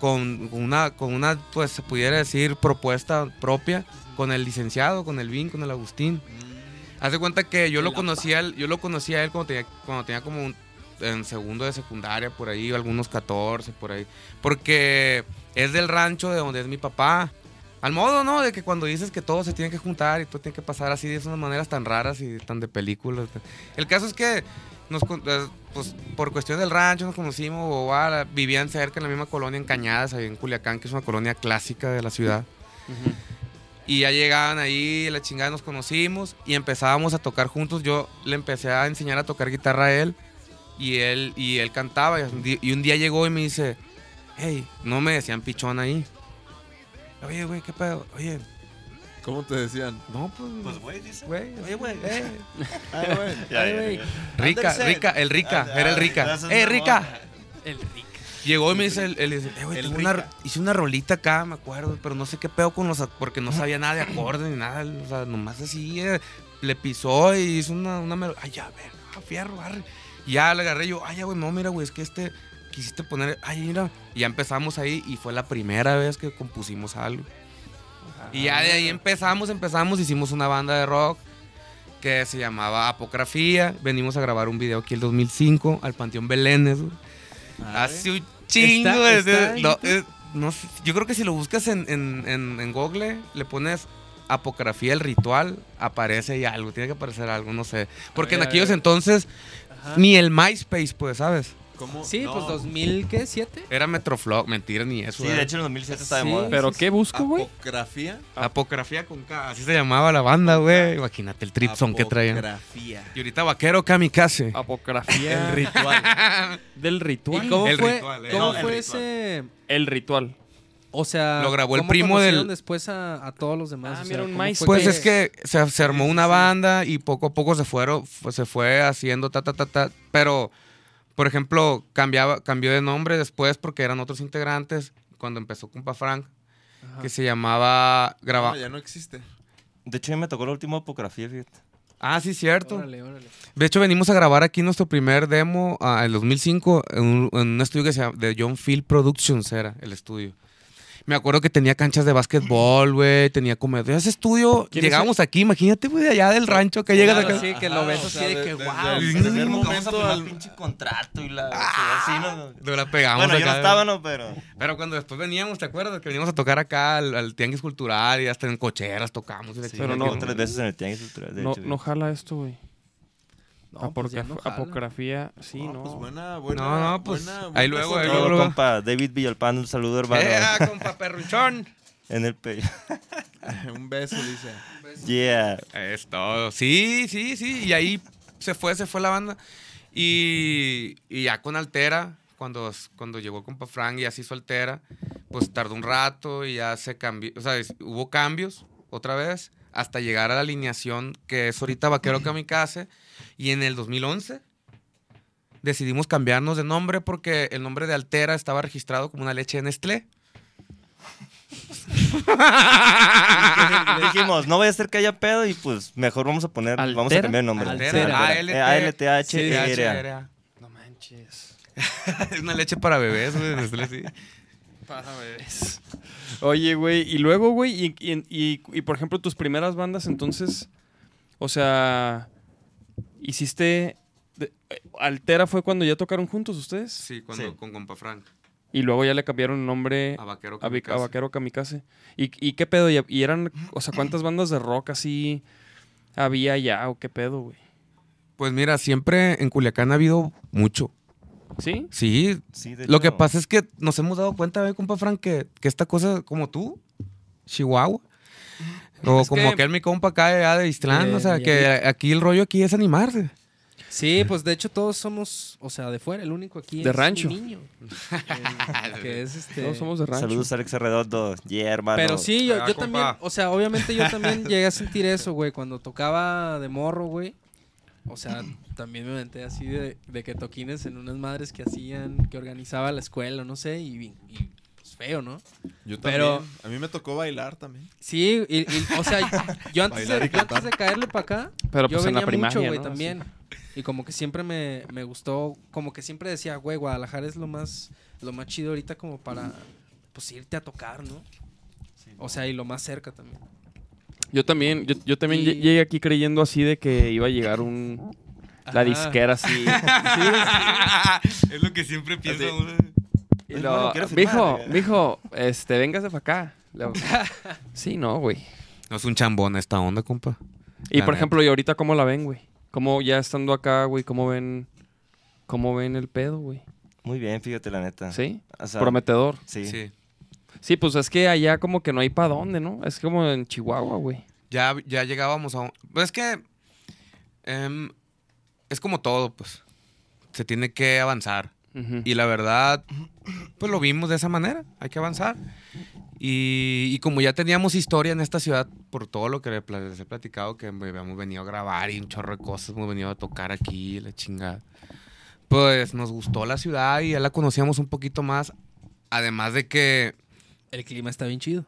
con una, con una, pues se pudiera decir, propuesta propia con el licenciado, con el Vin, con el Agustín. Haz de cuenta que yo lo conocía, yo lo conocía a él cuando tenía, cuando tenía como un- en segundo de secundaria, por ahí, o algunos 14, por ahí. Porque es del rancho de donde es mi papá. Al modo, ¿no? De que cuando dices que todos se tienen que juntar y todo tiene que pasar así de unas maneras tan raras y tan de películas. El caso es que nos, con- eh, pues, por cuestión del rancho nos conocimos, bobada, vivían cerca en la misma colonia, en Cañadas, ahí en Culiacán, que es una colonia clásica de la ciudad. Y ya llegaban ahí, la chingada nos conocimos y empezábamos a tocar juntos. Yo le empecé a enseñar a tocar guitarra a él y él, y él cantaba. Y un di- y un día llegó y me dice, hey, no me decían pichón ahí. Oye, güey, ¿qué pedo? Oye,
¿Cómo te decían?
no, pues,
Pues, güey, dice.
güey.
Oye, güey.
eh,
Ay, güey.
Ya, ya,
güey.
ya.
rica,
Andersen.
rica, el rica,
Ah,
era el
ah,
rica.
gracias,
¡Eh,
mi
rica!
amor.
Llegó y me dice, él, él dice, eh, güey,
El
tengo una-
Rica.
hice una rolita acá, me acuerdo, pero no sé qué pedo con los, ac- porque no sabía nada de acordes ni nada, o sea, nomás así, eh, le pisó y hizo una, una melo- ay, ya, ver, ah, fierro, arre. Y ya le agarré yo, ay, ya, güey, no, mira, güey, es que este, quisiste poner, ay, mira, y ya empezamos ahí y fue la primera vez que compusimos algo. Y ya de
Ah.
ahí empezamos, empezamos, hicimos una banda de rock que se llamaba Apocrafía, venimos a grabar un video aquí el 2005 al Panteón Belénes, güey. Hace un chingo
Está-
de-
está en
no,
YouTube.
eh, no sé, yo creo que si lo buscas en, en- en- en Google, le pones apocrafía el ritual, aparece ahí algo, tiene que aparecer algo, no sé. Porque
ver,
en
a
aquellos
ver.
entonces,
Ajá.
ni el MySpace, pues, ¿sabes?
¿Cómo?
Sí,
No,
pues 2000, ¿qué? ¿7?
Era Metroflog, mentira, ni eso.
Sí,
era.
de hecho en el 2007 está de
Sí.
moda.
¿Pero qué busco, güey?
Apocrafía.
Apocrafía con K, así se llamaba la banda, güey. Imagínate el tripson que traían.
Apocrafía.
Y ahorita vaquero kamikaze.
Apocrafía.
El ritual.
*laughs* del ritual.
¿Y cómo
El
fue,
ritual, eh.
¿cómo
No, el
fue
ritual.
ese...?
El ritual.
O sea...
Lo grabó el
¿cómo
primo
conocieron
del-
después a, a todos los demás?
Ah,
O sea,
mira, un
¿cómo fue
MySpace.
Pues es que se, se armó una banda y poco a poco se fueron, fu- se fue haciendo ta ta ta ta. Pero, por ejemplo, cambiaba, cambió de nombre después porque eran otros integrantes cuando empezó Compa Frank,
Ajá.
que se llamaba graba.
Ah,
No, Ah, ya no existe.
De hecho, a mí me tocó la última apocrafía, fíjate.
Ah, sí, cierto.
Órale, órale.
De hecho, venimos a grabar aquí nuestro primer demo ah, en 2005 en un, en un estudio que se llama de John Field Productions, era el estudio. Me acuerdo que tenía canchas de básquetbol, güey, tenía comedor. Ese estudio,
¿Quién es
llegábamos aquí, imagínate, güey, de allá del rancho que llegas
Claro,
acá.
sí, que lo ves
o
así
sea,
de
de-
que,
desde
wow.
el
Sí,
primer
no,
momento
Vamos a firmar
al-
pinche contrato y la... así, ¿no?
Nos la pegamos
Bueno, yo no
acá.
estaba, no, pero...
Pero cuando después veníamos, ¿te acuerdas? Que veníamos a tocar acá al, al Tianguis Cultural y hasta en cocheras tocamos. Y la
Sí,
chingada
pero
me
no-
quedé tres veces en el tianguis cultural, de
No,
hecho,
no jala esto, güey.
No, pues ya no
Apocraf-
jala.
apocrafía, sí,
No,
no.
pues buena, buena.
No, no, pues,
buena- buena
ahí luego,
Un
ahí
sonora.
saludo,
luego.
compa, David Villalpando, un saludo hermano.
¡Ea, Eh, ah, compa perruchón!
*laughs* En el pecho.
Un beso, *laughs* dice.
Yeah.
Es todo. Sí, sí, sí. Y ahí se fue, se fue la banda. Y, y ya con Altera, cuando, cuando llegó el compa Frank y ya se hizo Altera, pues tardó un rato y ya se cambió. O sea, es- hubo cambios otra vez hasta llegar a la alineación que es ahorita Vaquero Kamikaze. Y en el 2011 decidimos cambiarnos de nombre porque el nombre de Altera estaba registrado como una leche de Nestlé.
dijimos, no vaya a ser que haya pedo y pues mejor vamos a poner, vamos a
¿Altera?
cambiar el nombre.
Altera.
ALT.
Eh, ALTH, ERA.
No manches. E *laughs* es una leche para bebés, güey. Nestlé, sí.
*laughs* Oye, güey, y luego, güey, y, y- y- y, por ejemplo, tus primeras bandas, entonces, o sea, hiciste... de- eh, Altera fue cuando ya tocaron juntos ustedes.
Sí, cuando,
Sí.
con compa Frank.
Y luego ya le cambiaron el nombre
A Vaquero
a, Vi- a
Kamikaze.
Vaquero Kamikaze. ¿Y, y qué pedo? ¿Y, y eran, o sea, cuántas bandas de rock así había ya o qué pedo, güey?
Pues mira, siempre en Culiacán ha habido mucho.
¿Sí?
Sí,
Sí, de
Lo que
hecho,
pasa es que nos hemos dado cuenta, güey, compa Frank, que, que esta cosa como tú, Chihuahua, o
Es
como
que-
aquel mi compa acá de, allá de Islán,
De
o sea, que
Nayarit.
aquí el rollo aquí es animarse.
Sí, pues de hecho todos somos, o sea, de fuera, el único aquí
De
es un
rancho. *laughs*
niño. Eh, que es este...
Todos somos de rancho.
Saludos, Alex Arredondo. Yeah, hermano.
Pero sí, yo,
Ah,
yo
compa.
también, o sea, obviamente yo también *laughs* llegué a sentir eso, güey, cuando tocaba de morro, güey. O sea, también me menté así de, de que toquines en unas madres que hacían, que organizaba la escuela, no sé, y, y, pues feo, ¿no?
Yo
Pero-
también. A mí me tocó bailar también.
Sí, y, y, o sea, yo antes,
Bailar
de,
y
yo antes de caerle para acá,
Pero
yo
pues en
venía
la primaria,
mucho, güey,
¿no?
también. Y como que siempre me, me gustó, como que siempre decía, güey, Guadalajara es lo más, lo más chido ahorita como para, pues, irte a tocar, ¿no? O sea, y lo más cerca también.
Yo también, yo, yo también
Y-
lle- llegué aquí creyendo así de que iba a llegar un... La
Ajá.
disquera *laughs* así.
es lo que siempre piensa uno.
Y
Es
lo-
bueno, quiero firmar, eh.
mijo,
güey.
mijo, este, véngase para acá. Le-
*laughs*
sí, no, güey.
No es un chambón esta onda, compa.
Y
La
por
neta.
ejemplo, ¿y ahorita cómo la ven, güey? ¿Cómo ya estando acá, güey? ¿Cómo ven, cómo ven el pedo, güey?
Muy bien, fíjate, la neta.
¿Sí?
Ah, O sea,
Prometedor.
Sí.
Sí.
Sí, pues es que allá como que no hay para dónde, ¿no? Es como en Chihuahua, güey.
Ya, ya llegábamos a un... Pues es que em, es como todo, pues. Se tiene que avanzar.
Ujú.
Y la verdad, pues lo vimos de esa manera. Hay que avanzar. Y, y como ya teníamos historia en esta ciudad, por todo lo que le pla- les he platicado, que me- hemos venido a grabar y un chorro de cosas, hemos venido a tocar aquí, la chingada. Pues nos gustó la ciudad y ya la conocíamos un poquito más. Además de que,
El clima está bien chido.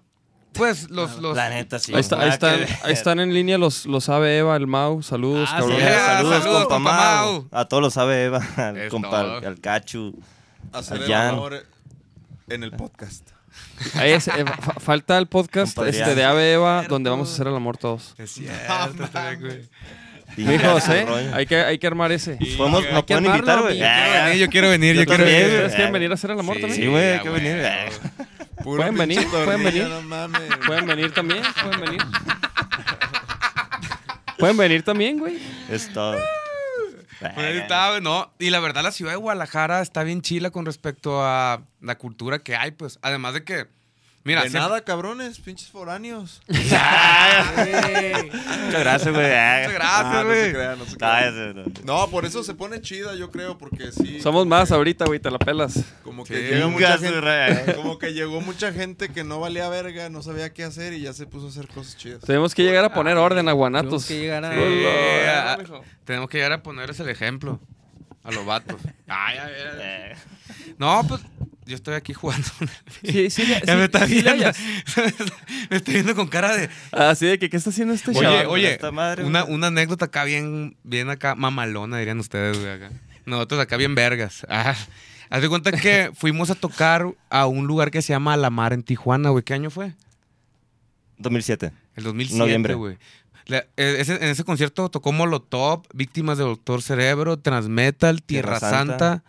pues los. los
La neta, sí.
ahí, está- ahí
Nada Ah, que
están,
ver.
ahí están en línea los, los Ave Eva, el Mau. Saludos,
Ah,
cabrón.
Sí,
cabrones.
saludos,
Saludos,
compa
compa
Mau.
Mau.
A todos los sabe Eva, al
Es
compa,
todo.
al cachu.
Hacer el
Allá.
amor en el podcast.
Ahí es, eh, fa- falta el podcast
Compadre,
este, de Ave Eva, donde vamos a hacer el amor todos.
Es cierto, estaría cool.
Y ya,
Mijos,
su
¿eh?
rollo.
Hay que, hay que armar ese.
Podemos-
hay
¿Nos
que
pueden
armarlo,
invitar, güey?
mi- yo quiero
Ah,
Yo quiero venir, yo,
Yo
quiero
también,
venir.
güey.
¿Ustedes quieren venir a hacer el amor también?
Sí, güey, hay
a
que venir.
huevo.
eh.
Puro
Pueden venir,
pinche
pueden
tornillo,
venir.
No mames.
Pueden venir también, pueden venir. Pueden venir también, güey.
Es todo.
Pues ahí está, güey, no. Y la verdad, la ciudad de Guadalajara está bien chila con respecto a la cultura que hay, pues. Además de que, mira,
de
siempre-
nada, cabrones, pinches *laughs* foráneos.
Muchas gracias,
*laughs*
güey.
Muchas
Ah.
gracias,
Ah, no se
güey.
crean, no se
No,
crean.
eso no.
No, por eso se pone chida, yo creo, porque sí.
Somos más ahorita, güey, te la pelas.
Como que
Sí.
llega mucha
Chingas,
gente.
güey.
Como que llegó mucha gente que no valía verga, no sabía qué hacer y ya se puso a hacer cosas chidas.
Tenemos que llegar a poner orden a
Tenemos
Guanatos.
que llegar a...
Sí, a- tenemos que llegar a ponerles el ejemplo a los
*laughs*
vatos. Ay, ay, ay.
Eh,
No, pues yo estoy aquí jugando.
Sí,
*laughs*
sí,
ya me está
sí le
viendo.
hallas.
*laughs* me estoy viendo con cara de.
Así de que, ¿qué está haciendo este
Oye,
chaval?
chaval,
oye,
esta madre,
una,
güey.
una anécdota acá bien, bien acá, mamalona, dirían ustedes, güey, acá. Nosotros acá bien vergas. Ah, haz de cuenta
*laughs*
que fuimos a tocar a un lugar que se llama Alamar en Tijuana, güey. ¿Qué año fue?
2007.
El 2007,
Noviembre.
güey. La- eh, ese- en ese concierto tocó Molotov, Víctimas de Doctor Cerebro, Transmetal, Tierra,
Tierra
Santa.
Santa.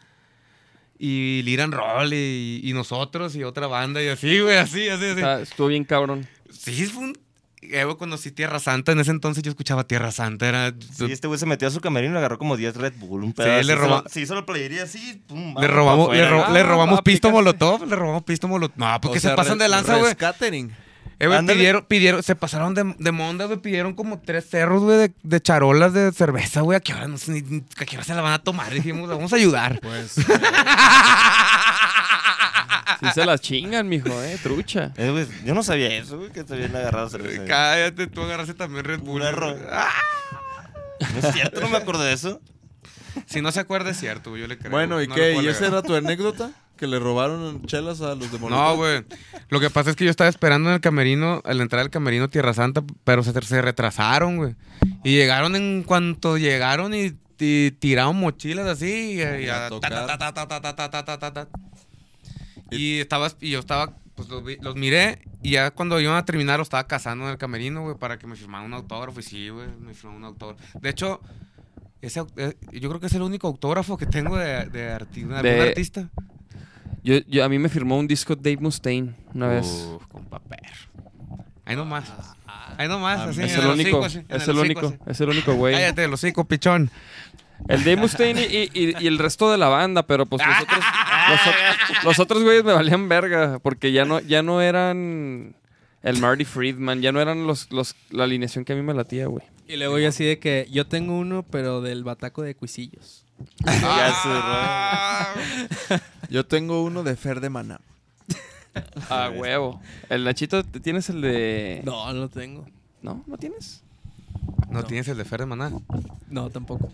y Liran Roll y, y nosotros y otra banda y así, güey, así, así,
Ah.
así.
Está- estuvo bien cabrón.
Sí, fue un... eh, güey, conocí Tierra Santa, en ese entonces yo escuchaba Tierra Santa, era...
Sí, este güey se metió a su camerino y le agarró como 10 Red Bull. Un
le
pedazo.
roba-
Se hizo la playería así. Pum,
Le
vamos
robamos,
para
le, ro-
afuera,
le
Ah,
robamos pisto
aplicaste.
molotov, le robamos pisto molotov. No, porque se pasan de lanza, güey.
Catering.
Eh, güey,
Ándale.
pidieron, pidieron, se pasaron de, de monda, güey. Pidieron como tres cerros, güey, de, de charolas de cerveza, güey. ¿A qué hora, no sé, ni- ni- a qué hora se la van a tomar? Dijimos, vamos a
*laughs*
ayudar.
*laughs* Pues.
Sí se las chingan, mijo, eh, trucha.
¿no? Eh, güey, yo no sabía eso, güey, que te habían agarrado cerveza.
Cállate, tú agarraste también Red Bull.
Pura
güey.
ro-
Ah,
No es cierto, no me acuerdo de eso.
si no se acuerda, es cierto, güey, yo le creo.
Bueno, ¿y
No le
qué?
puedo
¿Y esa
alegar.
era tu anécdota? que le robaron chelas a los de Molotov?
No, güey. Lo que pasa es que yo estaba esperando en el camerino, a la entrada del camerino Tierra Santa, pero se, se retrasaron, güey. Y llegaron en cuanto llegaron y, y tiraron mochilas así. Y, y
a
a- ta,
tocar.
ta, ta, ta, ta, ta, ta, ta, ta, ta, ta. Y estaba, y yo estaba, pues los, vi- los miré y ya cuando iban a terminar los estaba cazando en el camerino, güey, para que me firmaran un autógrafo. Y sí, güey, me firmaron un autógrafo. De hecho, ese, au- eh, yo creo que es el único autógrafo que tengo de, de, arti- de algún
De-
artista.
Yo, yo- a mí me firmó un disco Dave Mustaine una vez.
Uf, con papel. Ahí nomás. Ahí nomás.
Ah,
así,
Es
en
el único,
hocico, así, en
es el
hocico,
único,
así.
es el único, güey.
Cállate, el hocico, pichón.
El Dave Mustaine y, y- y el resto de la banda, pero pues los otros, los, ot- los otros güeyes me valían verga, porque ya no, ya no eran el Marty Friedman, ya no eran los, los, la alineación que a mí me latía, güey.
Y luego yo así de que yo tengo uno, pero del bataco de cuisillos.
Yo tengo uno de Fer de Maná.
Ah, huevo. El Nachito, ¿te- ¿tienes el de...?
No, no tengo.
¿No? ¿No tienes?
No tienes el de Fer de Maná.
No, tampoco.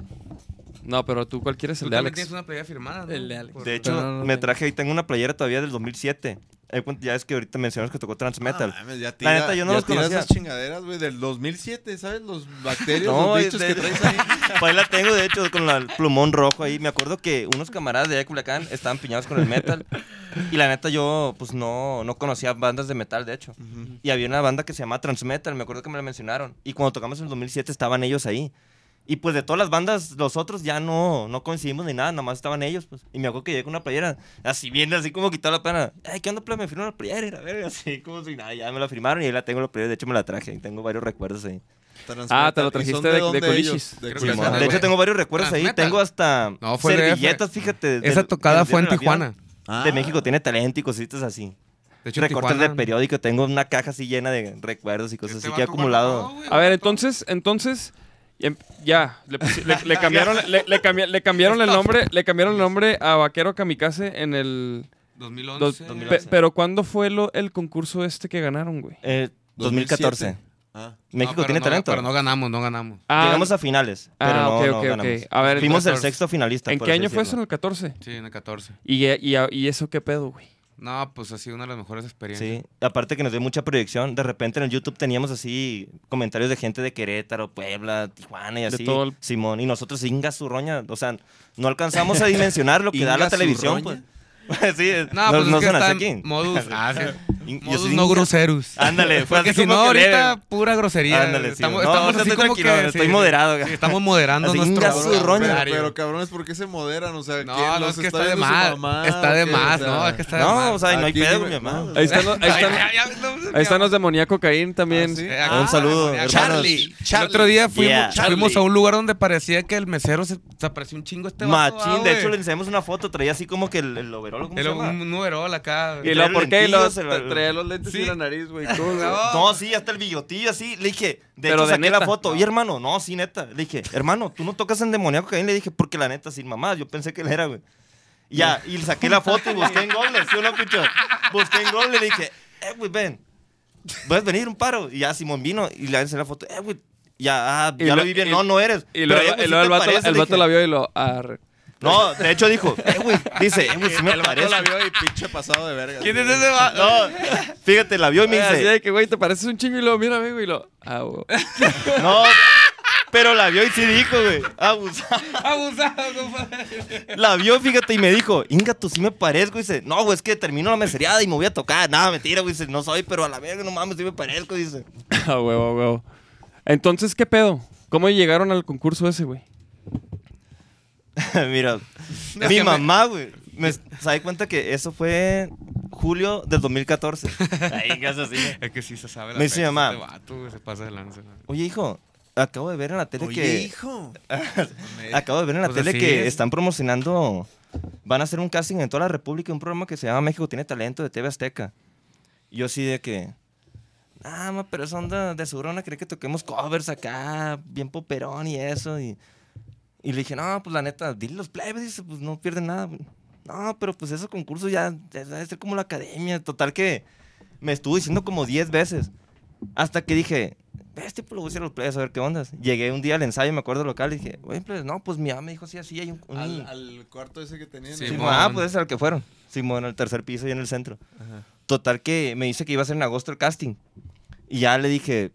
No, pero tú, ¿cuál quieres? El de Alex.
una playa firmada,
El de Alex.
De hecho,
No, no, no
me
tengo.
traje ahí, tengo una playera todavía del 2007. Ahí cuando- Ya es que ahorita mencionas que tocó Transmetal.
Ah, mames, ya
La neta, yo no
ya
los
tira
conocía.
esas chingaderas, güey, del 2007, ¿sabes? Los bacterias,
No,
los
es
bichos
de-
que traes ahí.
*laughs* Pues ahí la tengo, de hecho, con la- el plumón rojo ahí. Me acuerdo que unos camaradas de allá de Culiacán estaban piñados con el metal. Y la neta, yo, pues no, no conocía bandas de metal, de hecho. Y había una banda que se llamaba Transmetal, me acuerdo que me la mencionaron. Y cuando tocamos en el 2007 estaban ellos ahí. Y pues de todas las bandas, los otros ya no, no coincidimos ni nada, nada más estaban ellos, pues. Y me acuerdo que llegué con una playera, así bien, así como quitar la pena. Ay, ¿qué onda, plebe? Me firmaron la playera, y la verga, así como si nada, ya me la firmaron y ahí la tengo la playera, de hecho me la traje, y tengo varios recuerdos ahí.
Transmetal.
Ah, te lo
¿Y son
trajiste de-
de,
de
dónde
Colichis.
ellos? De
Creo que
Sí,
Pues,
mo-
Culiacán,
esa-
de
güey.
hecho, tengo varios recuerdos ahí.
Transmetal.
Tengo hasta
No, fue el DF.
servilletas, fíjate. del-
Esa tocada
del
fue en
Día de la
Tijuana.
Vida.
Ah.
De México tiene talento y cositas así.
De hecho, en
Recortes
Tijuana.
de periódico. Tengo una caja así llena de recuerdos y cosas
Este
así que he
vato guardó,
acumulado.
güey.
A ver, entonces, entonces... em- Ya, le, pusi- le- le cambiaron, le, le cambi- le cambiaron el nombre, le cambiaron el nombre a Vaquero Kamikaze en el
2011.
Dos- pe- pero ¿cuándo fue lo, el concurso este que ganaron, güey?
Eh,
2007.
2014.
Ah.
México
No, pero
tiene
no-
talento.
Pero no ganamos, no ganamos.
Llegamos a finales.
Ah,
pero no,
ok,
no
ok, ok.
ganamos.
A ver,
Fuimos el
entonces,
sexto finalista.
¿En
por
qué
así
año fue eso? En
decirlo.
el 14.
Sí, en el 14.
¿Y, eh, y, ah, y eso qué pedo, güey?
No, pues ha sido una de las mejores experiencias.
Sí, aparte que nos dio mucha proyección. De repente en el YouTube teníamos así comentarios de gente de Querétaro, Puebla, Tijuana y así.
todo el-
Simón. Y nosotros, Inga Zurroña. O sea, no alcanzamos
*laughs*
a dimensionar lo que da
Inga
la televisión. Pues. *laughs*
Zurroña.
sí,
No, pues es que
son así
está
aquí.
en
*laughs*
modus. Ah, sí.
In- yo
Modus
soy Ah,
no
Inga-
groseros. *laughs*
Ándale, fue
Porque
Pues, así
si no,
como que leve.
ahorita pura grosería.
Ándale, sí,
estamos,
no,
estamos
no,
así
estoy
como
tranquilo,
que.
estoy moderado.
sí, estamos moderando
Así,
nuestro.
inga
cabrón,
su roña.
Pero,
horario.
pero, cabrones, ¿por qué se moderan? O sea,
No,
¿quién
no,
los
es que
está
está de
viendo su
más.
mamá
Está
o
de
qué?
más,
O sea,
no, es que está de más.
No, o sea, y no hay
Aquí
pedo
dime,
con mi mamá.
no.
este
Ahí están
*laughs*
los, ahí están,
Ya, ya, no,
ahí están los de Moníaco Caín también.
¿sí?
Eh,
Un saludo,
demoníaco.
hermanos.
Charlie. El otro día fuimos,
Yeah.
fuimos a un lugar donde parecía que el mesero se, se apareció un chingo este vato, ah,
Machín, de
güey.
hecho le enseñamos una foto, traía así como que el, el overol, ¿cómo se
Era
llama?
un numerol acá.
¿Y
güey.
luego por qué? Y luego
lentillas, el-
tra- traía los lentes y
Sí.
la nariz, güey. ¿Cómo,
*laughs*
güey?
No, sí, hasta el billotillo así. Le dije, de
Oh. Pero
hecho
de
saqué
neta.
la foto. Y hermano, no, sí, neta. Le dije, hermano, tú no tocas en demoníaco Caín. Le dije, porque la neta, sin mamá, yo pensé que él era, güey. Y Ya, y le saqué la foto y busqué en Google, ¿sí o no, pichón? Busqué en Google y le dije, eh, güey, ven. ¿Puedes venir un paro? Y ya Simón vino y le hice la foto, eh, güey. Ya, ah,
Y
ya lo,
lo-
vi bien,
y-
no, no eres.
Y luego,
Pero, eh,
y
güey,
luego el
¿sí te
vato,
parece?
el
Le
vato
dije,
la vio y lo... ah, "Arre".
No, de hecho dijo, eh, güey, dice, eh, güey,
*laughs*
sí me
El vato
parece.
la vio y pinche pasado de verga.
¿Quién
güey.
es ese vato?
No, fíjate, la vio y me dice.
Así de que, güey, te pareces un chingo y luego, mira, güey, y lo... Ah, güey.
No, pero la vio y sí dijo, güey. Abusado.
Abusado, compadre.
*laughs* La vio, fíjate, y me dijo, Inga, tú sí me parezco. Dice, no, güey, es que termino la mesereada y me voy a tocar. Nada, mentira, güey. Dice, no soy, pero a la verga, no mames, sí me parezco. Dice,
*laughs*
*laughs*
Ah, huevo, a huevo. Entonces, ¿qué pedo? ¿Cómo llegaron al concurso ese, güey?
mira, mi mamá, güey, me se da cuenta que eso fue julio del 2014. Ahí, Inga, es así.
Es que sí se sabe la
Me dice
fecha,
mi mamá.
Este vato, güey, se pasa de lanza.
Oye, hijo, acabo de ver en la tele
Oye,
que.
hijo.
Acabo de ver en la
Pues
tele
así
que
es.
están promocionando. Van a hacer un casting en toda la República, un programa que se llama México tiene talento de TV Azteca. Y Yo sí de que. Ah, ma, pero son de, de seguro van a querer que toquemos covers acá, bien poperón y eso. Y, y le dije, no, pues la neta, dile los plebes, dice, pues no pierden nada. No, pero pues esos concursos ya ya debe ser como la academia. Total que me estuvo diciendo como 10 veces. Hasta que dije, Ve este pues lo voy a hacer a los plebes a ver qué ondas. Llegué un día al ensayo, me acuerdo local, y dije, güey, plebes, no, pues mi mamá me dijo, sí, así hay un. un-
Al, al cuarto ese que tenían.
Sí,
¿no?
Simón, ah, pues es al que fueron. Simón, al tercer piso y en el centro. Total que me dice que iba a ser en agosto el casting. Y ya le dije,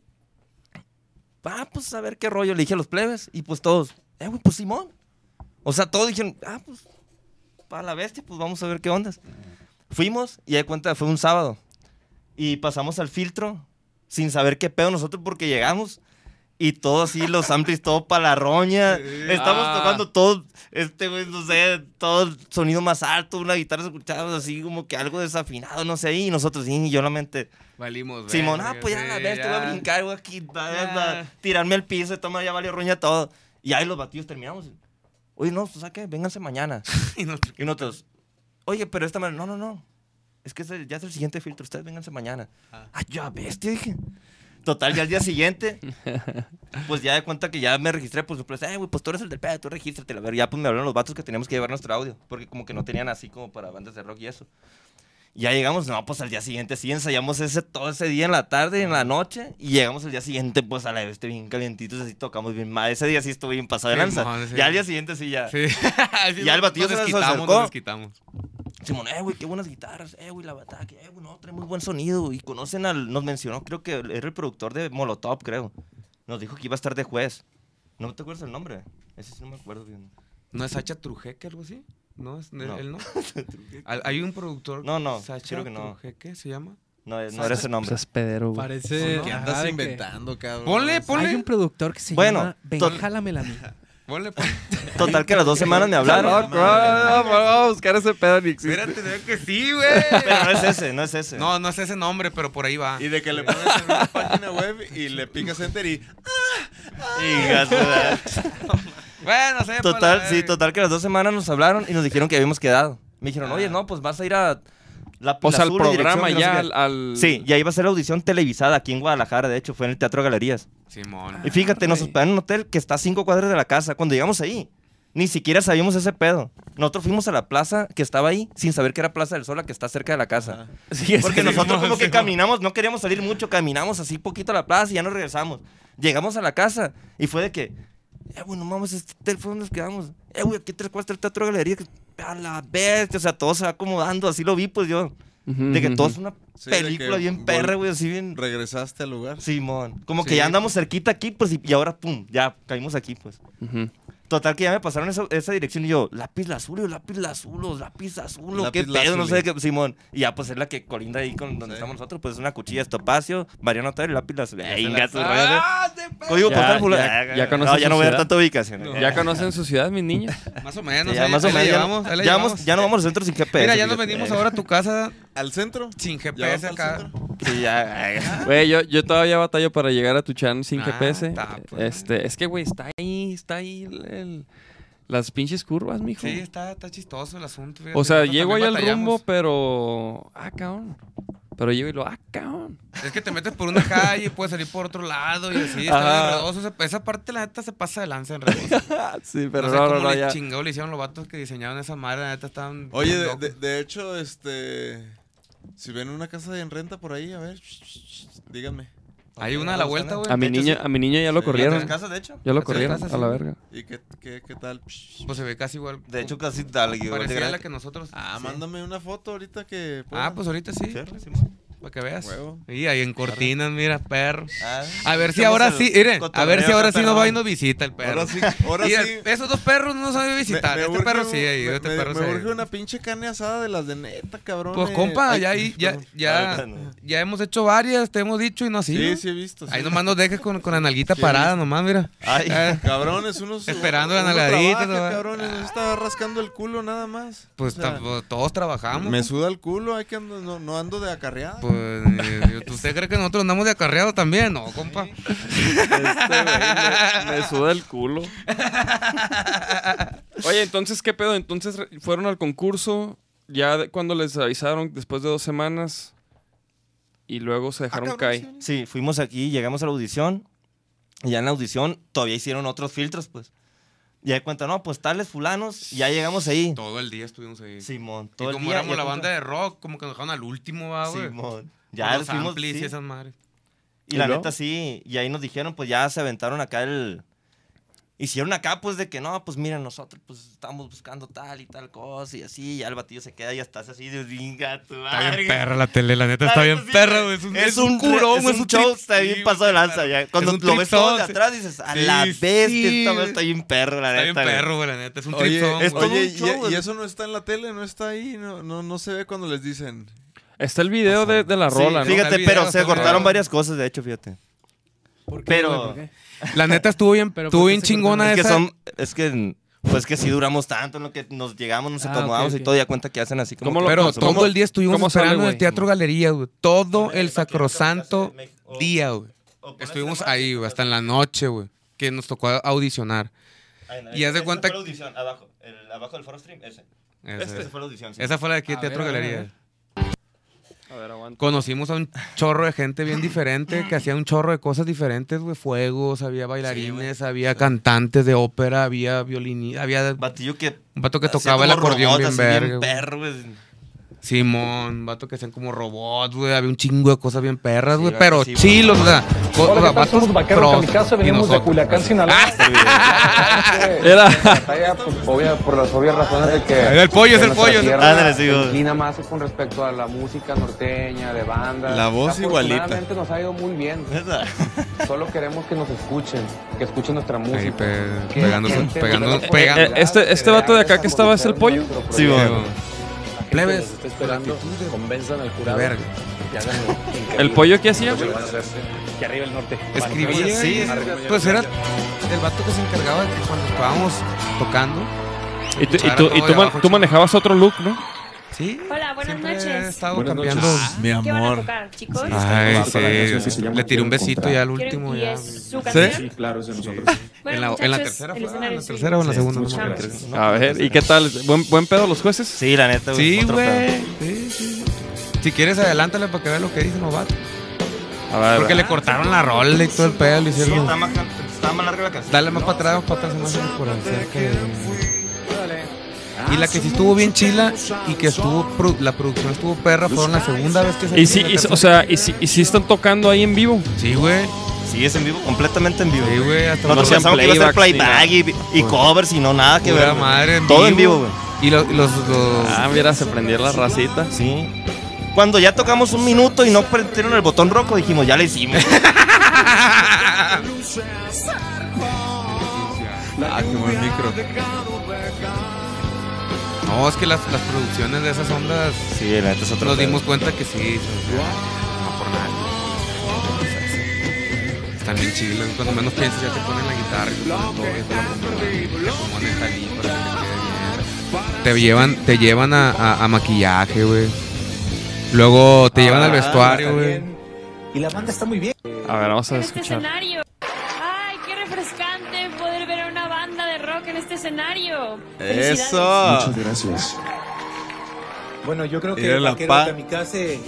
ah, pues a ver qué rollo. Le dije a los plebes. Y pues todos, eh, güey, pues Simón. O sea, todos dijeron, ah, pues para la bestia, pues vamos a ver qué ondas. Fuimos y de cuenta, fue un sábado. Y pasamos al filtro sin saber qué pedo nosotros porque llegamos. Y todos así, los amplis, todo para la roña. Estamos
Ah.
tocando todo, este güey, no sé, todo el sonido más alto, una guitarra escuchaba así como que algo desafinado, no sé. Y nosotros, y yo la mente,
Valimos, güey.
Simón, ah, pues ya la ves, te voy a brincar, voy aquí, va, va, tirarme al piso, y toma, ya valió roña todo. Y ahí los batidos terminamos. Oye, no, ¿sabes qué? Vénganse mañana.
Y nos-
*laughs* Y nosotros, oye, pero esta manera, no, no, no. Es que es el- ya es el siguiente filtro, ustedes vénganse mañana. Ah, ya bestia, dije. Total, ya al día *laughs* siguiente, pues ya de cuenta que ya me registré, pues, pues, eh, güey, pues tú eres el del pedo, tú regístrate. la verga. Ya pues me hablaron los vatos que teníamos que llevar nuestro audio, porque como que no tenían así como para bandas de rock y eso. Ya llegamos, no, pues al día siguiente sí, ensayamos ese, todo ese día en la tarde, en la noche, y llegamos al día siguiente, pues a la vez, bien calientitos, así tocamos bien mal. Ese día sí estuve bien pasado de
Sí,
lanza.
mojón, sí.
Ya al día siguiente sí, ya.
*laughs* Sí. Sí,
Ya
nos-
el batillo
nos
se nos
desquitamos,
acercó.
nos desquitamos.
Simón, eh, güey, qué buenas guitarras, eh, güey, la bataca, eh, güey, no, trae muy buen sonido. Y conocen al, nos mencionó, creo que era el productor de Molotov, creo. Nos dijo que iba a estar de juez. ¿No te acuerdas el nombre? Ese sí no me acuerdo bien.
¿No es Sacha Trujeque algo así? ¿No es
No. *laughs*
él no? Al- ¿Hay un productor?
No, no,
Sacha
creo que no.
Trujeque se llama.
No, eh, no era ese nombre.
es pedero, güey.
Parece.
¿Qué
ajá,
andas
de que
inventando, cabrón?
Ponle,
Hay un
ponle.
productor que se
Bueno,
llama. Ven,
tot-
jálamela a mí.
*laughs*
Ponle, ponle.
Total que a las dos semanas me
Claro,
hablaron.
claro, vamos a buscar ese pedo ni existe.
Espérate, se ve que
*laughs*
sí, güey.
Pero no es ese, no es ese.
No, no es ese nombre, pero por ahí va.
Y de que le pones en una página web y le picas enter y.
Hijas de la-
Bueno, sé.
*laughs*
pues,
Total, sí, total que a las dos semanas nos hablaron y nos dijeron que habíamos quedado. Me dijeron, oye, no, pues vas a ir a la
O sea, Pues al
Azul y dirección
programa
y no sé
ya,
qué.
al, al-
Sí, ya iba a ser la audición televisada aquí en Guadalajara, de hecho, fue en el Teatro Galerías.
Simón.
Y fíjate, nos hospedaron en un hotel que está a cinco cuadras de la casa. Cuando llegamos ahí, ni siquiera sabíamos ese pedo. Nosotros fuimos a la plaza que estaba ahí sin saber que era Plaza del Sol, la que está cerca de la casa. Porque nosotros como que caminamos, no queríamos salir mucho, caminamos así poquito a la plaza y ya nos regresamos. Llegamos a la casa y fue de que, eh, güey, no mames, este hotel fue donde nos quedamos. Eh, güey, aquí tres cuadras está el teatro de galería. que- A la bestia, o sea, todo se va acomodando, así lo vi, pues yo.
Ujú,
De que
ujú.
todo es una
Sí, de que
película bien
vol-
perra, güey, así bien
Regresaste al lugar.
Simón. Como
Sí.
que ya andamos cerquita aquí, pues, y, y ahora, pum, ya caímos aquí, pues.
Ujú.
Total, que ya me pasaron esa, esa dirección y yo, lápiz lazuli, lápiz lazuli, lápiz azul,
Lápiz
qué pedo, no sé
lazuli.
qué, Simón. Y ya, pues, es la que colinda ahí con donde
Sí.
estamos nosotros, pues, es una cuchilla, estopacio, Mariano Otero y lápiz lazuli. Ey,
Se la
gato,
sabe.
rayos, eh.
Ah, de pe-
Código
Ya-
postal, fulano.
ya-
Ah,
ya
no,
conoces
ya no voy a
su
dar tanta ubicación. eh.
¿Ya conocen su ciudad, mis niños?
Más o menos.
Sí, ya,
ahí-
más o
ahí la
menos.
llevamos, ahí la
ya,
llevamos.
vamos- ya no vamos al centro sin GPS.
Mira, ya nos
fíjate.
venimos ahora a tu casa
¿Al centro?
sin
¿Ya vas
GPS
al
acá.
centro?
Sí, ya.
Güey, yo, yo todavía batallo para llegar a tu chan sin
Ah,
GPS.
está, pues.
Este, es que, güey, está ahí, está ahí el- el- las pinches curvas, mijo.
Sí, está, está chistoso el asunto. fíjate.
o sea,
Nosotros
llego ahí
también
al rumbo,
batallamos.
pero... Ah, cabrón. Pero llego y lo... Ah, cabrón.
Es que te metes por una calle y puedes salir por otro lado y así. Está
Ajá.
bien enredoso. Esa- Esa parte, la neta, se pasa de lanza en realidad.
sí,
Pero
*laughs* pero
no sé
no, no,
cómo
no,
le
ya.
chingado le hicieron los vatos que diseñaron esa madre. La neta, estaban.
Oye, de,
locos.
de- de hecho, este. Si ven una casa de en renta por ahí, a ver, díganme.
Hay una a la vuelta, güey.
A mi,
De hecho,
niño, a mi niño ya lo
Sí,
corrieron.
¿Tres casas, de hecho?
Ya lo
Las
corrieron,
casas,
a la
sí.
verga.
¿Y qué, qué, qué tal?
sí, Pues se ve casi igual.
De hecho, casi tal. igual de
parecía la
grande.
que nosotros.
Ah,
sí.
mándame una foto ahorita que.
Ah,
puedas.
pues ahorita sí.
Sí, Simón.
Para que veas.
Huevo.
Y ahí en cortinas, mira, perro.
Ah,
A ver si
estamos
ahora
al
sí, miren, a ver si
cotorreo,
ahora sí nos
perrón.
va y nos visita el perro.
Ahora sí, ahora
*laughs* Y el-
sí.
Esos dos perros no saben visitar. este
urge
perro
un-
sí, ahí,
me-
este
me-
perro
me
sí.
urge una pinche carne asada de las de neta, cabrón. eh.
Pues compa,
Ay,
ya ahí, ya,
perdón.
ya,
perdón.
ya hemos hecho varias, te hemos dicho y no así.
Sí,
¿no?
sí he visto. sí.
Ahí nomás nos dejas con, con la nalguita parada, nomás, mira.
Ay.
Eh,
Cabrones, unos. eh,
Esperando la
uno
nalgadita,
trabaja,
¿no?
Cabrones, uno está rascando el culo nada más.
Pues
O sea,
tampoco- todos trabajamos.
Me suda el culo, hay que ando- no, no ando de acarreada.
pues, eh, ¿usted cree que nosotros andamos de acarreado también? No, compa.
Este güey me, me suda el culo. Oye, entonces, ¿qué pedo? Entonces re- fueron al concurso, ya de- cuando les avisaron, después de dos semanas, y luego se
Ah,
dejaron caer.
Sí, fuimos aquí, llegamos a la audición. Y ya en la audición todavía hicieron otros filtros, pues. Y ahí cuenta, no, pues tales fulanos, ya llegamos ahí.
Todo el día estuvimos ahí.
Simón,
y
todo el
como
día,
éramos
ya
la banda
cuenta-
de rock, como que nos dejaron al último, va, güey.
Simón.
Con
Ya
los
fuimos.
amplis y
sí.
esas madres.
Y,
¿Y
la
luego?
neta sí, y ahí nos dijeron, pues ya se aventaron acá el... Hicieron acá, pues, de que no, pues miren, nosotros pues estamos buscando tal y tal cosa y así, y ya el batillo se queda y estás así de vinga, tu
Está
madre".
bien perra la tele, la neta,
La
está
neta,
bien
sí,
perra, güey. Es un,
es un curón,
curón,
es
güey,
un show,
trip.
está bien
Sí,
paso de lanza.
claro.
ya. Cuando
Es un
lo ves todo de
tripsón,
atrás dices, a
sí,
la
sí,
bestia, esta madre
güey.
está bien perro, la
Está bien
neta. güey.
perro, güey, la neta. Es un
Oye,
tripsón,
es
güey.
todo
Oye,
un
y-
show,
y
y, eso no está en la tele, no está ahí, no, no, no se ve cuando les dicen.
Está el video de, de la
Sí,
rola, ¿no?
fíjate,
Está el
pero
video,
se
está el
cortaron
video.
varias cosas, de hecho, fíjate.
¿Por qué,
Pero-
güey? ¿Por qué?
La neta estuvo bien,
Pero pues
estuvo
¿por qué
bien
se
chingona
Es que
esa.
son, es que, pues que si duramos tanto en lo que nos llegamos, nos
Ah,
acomodamos
ok, ok.
y todo, y a cuenta que hacen así como.
¿Cómo
que
lo-
Pero
nos
todo
somos-
el día estuvimos
cómo sale,
esperando en
güey?
el Teatro Galería, güey. Todo el
Ponele, pa' que ahorita
sacrosanto
lo que hace México- o-
día, güey.
o con
Estuvimos
esta
ahí,
madre,
güey, hasta en la noche, güey. Que nos tocó audicionar.
Ay, no,
Y haz de
esa
cuenta
fue la
que-
audición, abajo, el- abajo del foro stream, ese.
Esa-
Esa Este fue la audición. sí.
Esa fue la de aquí,
A
Teatro
ver, a ver, a
Galería.
ver.
A ver, aguanta. Eh,
Conocimos a un chorro de gente bien diferente que hacía un chorro de cosas diferentes, güey. Fuegos, había bailarines, había cantantes de ópera, había violinistas, había un
Batillo que.
vato que
hacía
tocaba el
como
acordeón
robot,
bien
así
verga. güey.
perro, güey.
Simón, vato que sean como robots, güey. Había un chingo de cosas bien perras, güey.
vato,
pero
sí, güey.
chilos, o sea. co- o sea,
Hola, ¿qué tal?
vatos
Somos vaqueros
pros
kamikaze,
y
venimos de
nosotros. *laughs*
Culiacán, Sinaloa.
Era-
Batalla, pues, obvia- por las obvias razones de que...
Era el pollo, es
que
el
nuestra
pollo, es el
tierra
Ándale, sí,
se
güey.
inclina más con respecto a la música norteña, de banda.
La voz igualita.
Afortunadamente nos ha ido muy bien.
Neta.
Solo queremos que nos escuchen, que escuchen nuestra
Ahí
música.
pe-
Que
pegando,
gente
pegando,
nos dé la
pegando.
Eh, este- este vato de acá que estaba es el pollo.
Sí,
Sí,
güey.
Plebes,
Convenzan al
la
jurado.
verga.
y háganlo increíble.
¿El pollo qué hacía? güey?
Que arriba el norte.
Escribía,
Sí,
sí, pues era el vato que se encargaba de que cuando estábamos tocando.
Y tú, y
escuchara
tú-
todo
y
de
tú man- tú
abajo, chico.
manejabas otro look, ¿no?
Sí.
Hola, buenas
siempre
noches.
He estado
Buenas
cambiando.
noches.
Mi
¿Qué van a
amor.
tocar, chicos?
Ay,
Esta canción sí
sí.
se llama
Le tiré un
Quiero
besito
encontrar.
ya al
Quiero-
Ah, último.
¿Y
ya,
es
güey.
su canción?
Sí, claro, es de nosotros.
En la,
*laughs* Bueno,
en la
muchachos,
tercera,
el
fue, ah, en
escenario este
la
es
tercera o en la
Sí,
segunda. no me
escuchamos.
acuerdo.
A ver, ¿y qué tal? ¿Buen, buen pedo los jueces?
Sí, la neta, güey.
Sí,
otro pedo.
güey. Sí, sí. Si quieres, adelántale para que vea lo que dice Novato.
A ver,
Porque le cortaron la rola y todo el pedo. Le
Sí,
hicieron.
está más, está más larga la canción.
Dale más para atrás, más para atrás, más por cerca. Y la que sí estuvo bien chila y que estuvo pro- la producción estuvo perra fueron la segunda vez que se
y sí, y- o sea, y sí, y sí están tocando ahí en vivo.
sí, güey.
Sí, es en vivo, completamente en vivo.
Sí, güey, hasta
Nosotros
No hacían
pensamos que iba a ser
playback,
playback y, y covers y no nada que
Pura
ver. güey.
madre, en
Todo en
vivo.
vivo, güey.
Y lo- y los, los-
Ah, mira, se prendió la racita.
Sí. Cuando ya tocamos un minuto y no prendieron el botón rojo, dijimos, ya
*laughs*
le hicimos.
Ah, qué buen micro.
No, es que las, las producciones de esas ondas
sí, la neta es otro
nos
pedo.
dimos cuenta que sí. o sea, No por nada. Están bien chilos. Cuando menos piensas ya te ponen la guitarra y te ponen todo, y te la acomodan, te acomodan el jalí para que te quede bien. Te llevan, te llevan a, a- a maquillaje, güey. Luego te llevan al
Ah,
vestuario, güey.
A ver, vamos a
en este
escuchar.
escenario. Ay, qué refrescante poder ver a una banda de rock en este escenario. Felicidades.
Eso.
Muchas gracias.
Bueno, yo creo
Era
que
la
Vaquero
pa-
Kamikaze eh,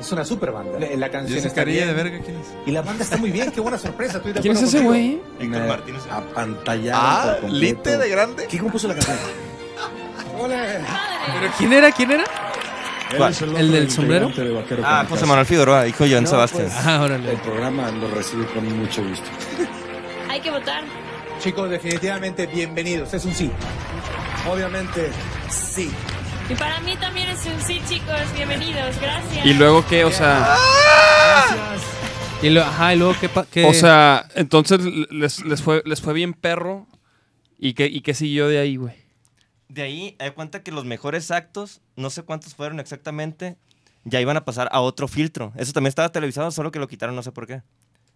es una super banda. La, la
¿Y
canción
esa
está
carilla de
bien.
verga quién es?
Y la banda está muy bien, qué buena sorpresa. estoy de
¿Quién es
acuerdo
ese
contigo.
güey?
Héctor Martínez.
apantallaron
Ah,
por completo.
Lite de grande.
¿Quién compuso la canción? Hola.
Padre.
¿Pero quién era? ¿Quién era?
Él es
¿El del
otro
sombrero?
integrante de Vaquero
Ah,
Kamikaze.
José Manuel Figueroa, hijo de Joan
No,
Sebastián.
pues,
Ah,
El
órale.
programa lo recibe con mucho gusto.
Hay que votar.
*laughs*
Chicos, definitivamente bienvenidos. Es un sí. Obviamente, sí.
Y para mí también es un sí, chicos. Bienvenidos, gracias.
Y luego qué, o sea,
Y luego, ajá, y luego, ¿qué, pa- qué?
o sea, entonces les, les fue les fue bien perro y qué y qué siguió de ahí, güey.
De ahí, hay cuenta que los mejores actos, no sé cuántos fueron exactamente, ya iban a pasar a otro filtro. Eso también estaba televisado, solo que lo quitaron, no sé por qué.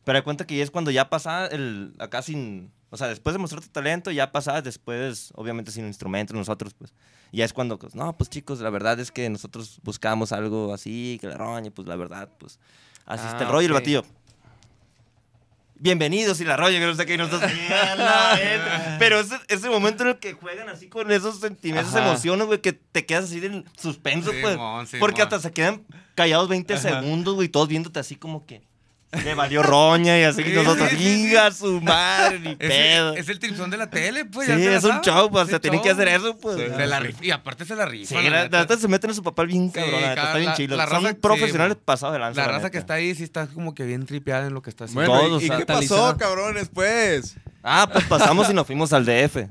Pero hay cuenta que ya es cuando ya pasaba el, acá sin... O sea, después de mostrar tu talento, ya pasabas después, obviamente sin instrumentos, nosotros, pues. Ya es cuando, pues, no, pues chicos, la verdad es que nosotros buscamos algo así, que la roña, pues la verdad, pues. Así
Ah,
está el rollo y el
ok.
batillo. Bienvenidos y la roya, que no sé qué, y nosotros, "Ya,
*laughs*
la neta". este. Pero ese, ese momento en el que juegan así con esos sentimientos, esas
Ajá.
emociones, güey, que te quedas así en suspenso, pues.
Simón,
porque
Simón.
hasta se quedan callados 20 segundos, güey, todos viéndote así como que. Le valió roña y así
Sí,
nosotros,
sí, sí, sí.
¡Inga, su madre, ni
Es,
pedo!
el- es el tripsón de la tele, pues.
Sí,
ya se la
es un
sabe.
show, pues,
Es
se
el
tiene que
show.
hacer eso, pues.
Sí, se la rif- y aparte se la rifa.
Sí,
la
la,
neta.
la neta se meten en su papel bien
Sí,
cabrón, la neta, está
cada-
bien
la-
chido.
la raza-
Son
sí,
profesionales
güey.
pasados de lanza.
La raza que
neta.
está ahí sí está como que bien tripeada en lo que está haciendo.
Bueno,
Todos
¿y, y qué pasó,
satanizados.
cabrones, pues?
Ah, pues pasamos y nos fuimos al DF.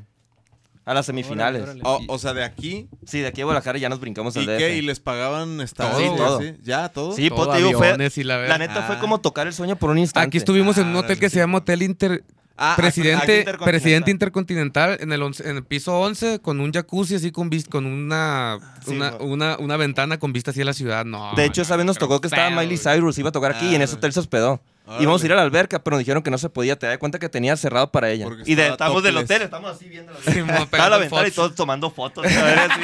A las semifinales.
Órale, órale.
O, o sea, de aquí.
Sí, de aquí a Guadalajara ya nos brincamos al
¿Y
DF.
qué? ¿Y les pagaban estado?
eh. Sí,
y
todo.
así? ¿Ya? ¿Todo?
Sí, pues
Todo
te digo, fue.
aviones y la verga.
La neta fue
Ah.
como tocar el sueño por un instante.
Aquí estuvimos en un
Ah,
hotel que
sí.
se llama Hotel Inter...
Ah,
presidente,
aquí Intercontinental.
presidente intercontinental en el, once- en el piso 11 con un jacuzzi así con vis- con una,
Ah, Sí,
una,
güey.
una- una ventana con vista hacia la ciudad. No.
De hecho, esa vez nos
Oh, pero
tocó que estaba
pedo,
Miley
güey.
Cyrus, iba a tocar aquí
Ah,
y en ese
güey.
hotel se hospedó.
Órale.
Íbamos a ir a la alberca, pero nos dijeron que no se podía. Te das cuenta que tenía cerrado para ella.
Porque
y de,
estaba
estamos del
topless.
hotel, estamos así viendo la
Sí, mo,
Estaba la
pegando
ventana y
fotos.
todos tomando fotos. a ver, así,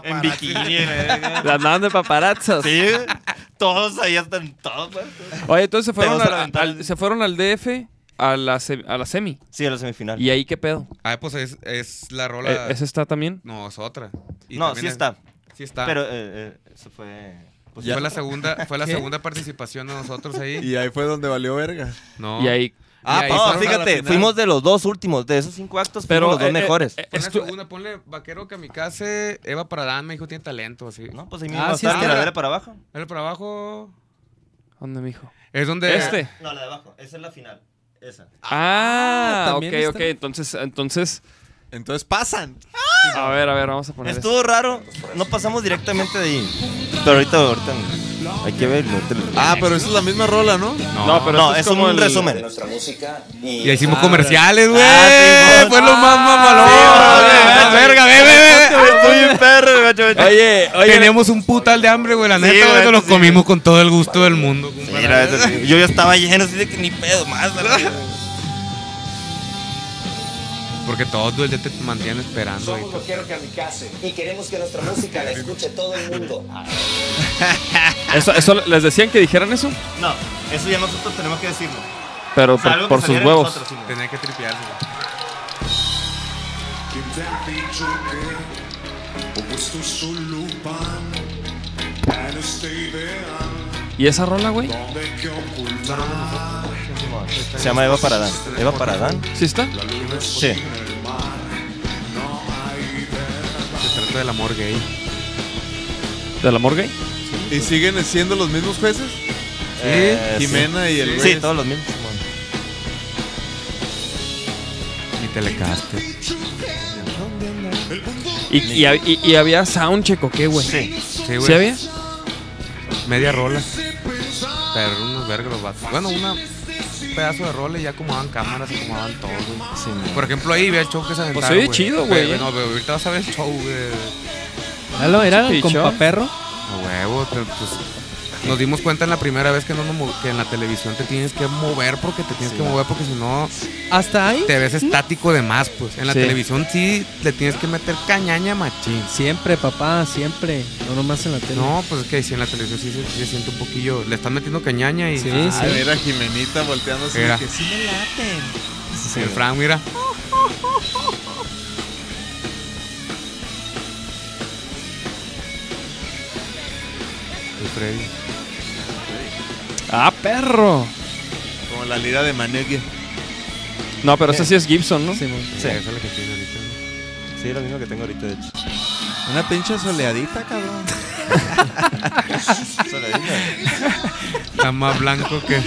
güey, en bikini. eh,
Las andaban de paparazzas.
sí, güey. todos ahí están todos. güey.
Oye, entonces se fueron,
Te vas a
al-
la ventana.
al, se fueron al DF a la, se- a la semi.
Sí, a la semifinal.
¿Y ahí qué pedo?
Ah, pues es, es la rola.
Eh, ¿Esa está también?
No, es otra. Y
no,
también
sí
es-
está.
Sí está. Ah,
Pero eh, eh, eso fue. pues,
fue la segunda, fue la segunda participación de nosotros ahí.
Y ahí fue donde valió verga.
No.
Y ahí.
Ah,
ahí
No,
pasaron a la
fíjate,
final.
fuimos de los dos últimos, de esos cinco actos,
Pero,
pero los dos
eh,
mejores.
eh, eh,
Pon la
estu-
segunda, ponle vaquero kamikaze, Eva Paradán, me dijo tiene talento, así.
no, pues ahí mismo
Ah, sí,
está
es
la
que-
ladera para abajo.
El para abajo
¿Dónde, mijo?
es donde
Este.
No, la de abajo, esa es la final. Esa.
Ah, ok,
también está.
ok. Entonces, entonces.
Entonces pasan.
A ver, a ver, vamos a poner.
Estuvo raro, no pasamos directamente de ahí. Pero ahorita, ahorita hay que verlo. te lo-
Ah, pero esa es la misma rola, ¿no?
esto. No, pero
no,
esto
es,
es como
un
el-
resumen.
Y hicimos comerciales, güey. fue lo más mamalón.
Ah,
güey. verga, ve, ve, ve.
Soy un perro, macho, macho.
Oye, oye.
Teníamos un putal de hambre, güey. La
Sí,
neta,
la
güey,
neta,
nos lo
sí.
comimos con todo el gusto del mundo. compadre.
Mira, eso sí, yo ya estaba lleno, así de que ni pedo más. ¿verdad?
Porque todo el día te mantienen esperando. ahí.
Quiero Kamikaze y queremos que nuestra música la escuche todo el mundo.
¿Eso, eso les decían que dijeran eso?
No, eso ya nosotros tenemos que decirlo.
Pero
Salvo
por,
que
por sus
saliera
huevos.
nosotros, sí, güey.
Tenía que tripearse. güey.
Quien te ha dicho que opuesto es solo pan en este ideal
¿Y esa rola, güey?
donde hay que ocultar
Se llama Eva Paradán. Eva Paradán.
¿Sí está?
Sí.
Se trata del amor gay.
¿De la morgue?
¿Y siguen siendo los mismos jueces?
Eh, sí.
Jimena y el güey.
Sí, todos los mismos.
Ni telecaste.
¿Y, y, hab- y- y había soundcheck o qué, güey?
Pues Sí.
Sí,
¿Sí
güey.
había?
Media rola. Pero unos vergas los vatos. Bueno, una un pedazo de rola y ya acomodaban cámaras, acomodaban todo, güey. Por ejemplo, ahí ve el show que se aventaron,
Pues se oye chido, güey,
Pero,
eh.
No, pero ahorita vas a ver el show, güey.
Míralo, era
Sí,
con
show.
paperro.
A huevo, te- pues, nos dimos cuenta en la primera vez que, no nos mo- que en la televisión te tienes que mover porque te tienes que mover porque si no
Hasta ahí.
te ves estático de más, pues. En la
Sí.
televisión sí le tienes que meter cañaña machín.
Siempre, papá, siempre. No nomás en la tele.
No, pues es que sí, en la televisión sí se, se siente un poquillo. Le están metiendo cañaña y
Sí,
Ah,
Ah, Era Jimenita volteándose.
Era.
Que sí.
el Fran, mira. El Freddy.
¡Ah, perro!
Como la lira de Manegue.
No, pero esa sí es Gibson, ¿no?
Sí, mo-
Sí, esa es la que tiene ahorita. ¿no?
Sí, es lo mismo que tengo ahorita, de hecho.
Una pinche soleadita, cabrón.
Eso lo digo.
Está más blanco que.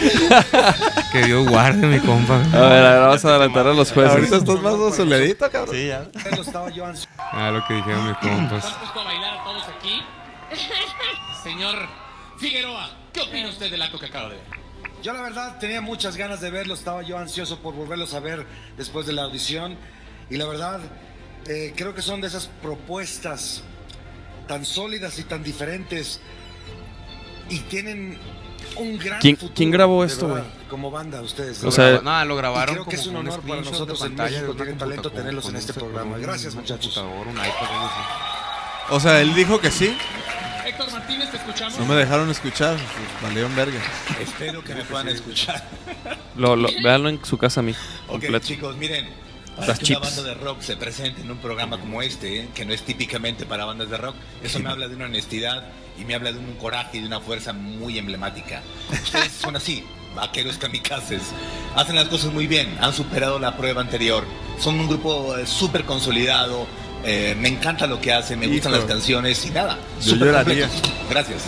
Que Dios guarde, mi compa.
A ver, a ver, vamos a adelantar a los jueces.
Ahorita estás más soleadita, cabrón.
Sí, ya.
Ah, lo que dijeron mis compas.
a bailar a todos aquí? Señor Figueroa, ¿qué opina usted del acto que acaba de ver?
Yo la verdad tenía muchas ganas de verlos, estaba yo ansioso por volverlos a ver después de la audición y la verdad eh, creo que son de esas propuestas tan sólidas y tan diferentes y tienen un gran
¿Quién-
futuro,
quién grabó
de
esto,
verdad, Como banda ustedes.
O sea,
no, lo grabaron.
creo que es
como
un
con
honor para
screenshot de
nosotros en
pantalla
México
de una
tener talento,
computadora,
tenerlos
con
en
un
este
cel- con
programa.
un-
Gracias,
una
muchachos.
computadora, un iPad, algo así.
O sea, él dijo que sí.
Héctor Martínez, te escuchamos.
No me dejaron escuchar. Pues, valieron verga.
Espero que me puedan escuchar.
lo, lo, véanlo en su casa, mijo.
Ok,
Completo.
chicos, miren. Para
Las
que
chips.
una banda de rock se presente en un programa como este, ¿eh? que no es típicamente para bandas de rock, eso me habla de una honestidad y me habla de un coraje y de una fuerza muy emblemática. Ustedes son así,
*laughs* vaqueros kamikazes. Hacen las cosas muy bien, han superado la prueba anterior. Son un grupo eh, súper consolidado. eh, me encanta lo que hacen, me gustan
Hijo.
las canciones y nada.
Yo
súper
lloraría.
completos. Gracias.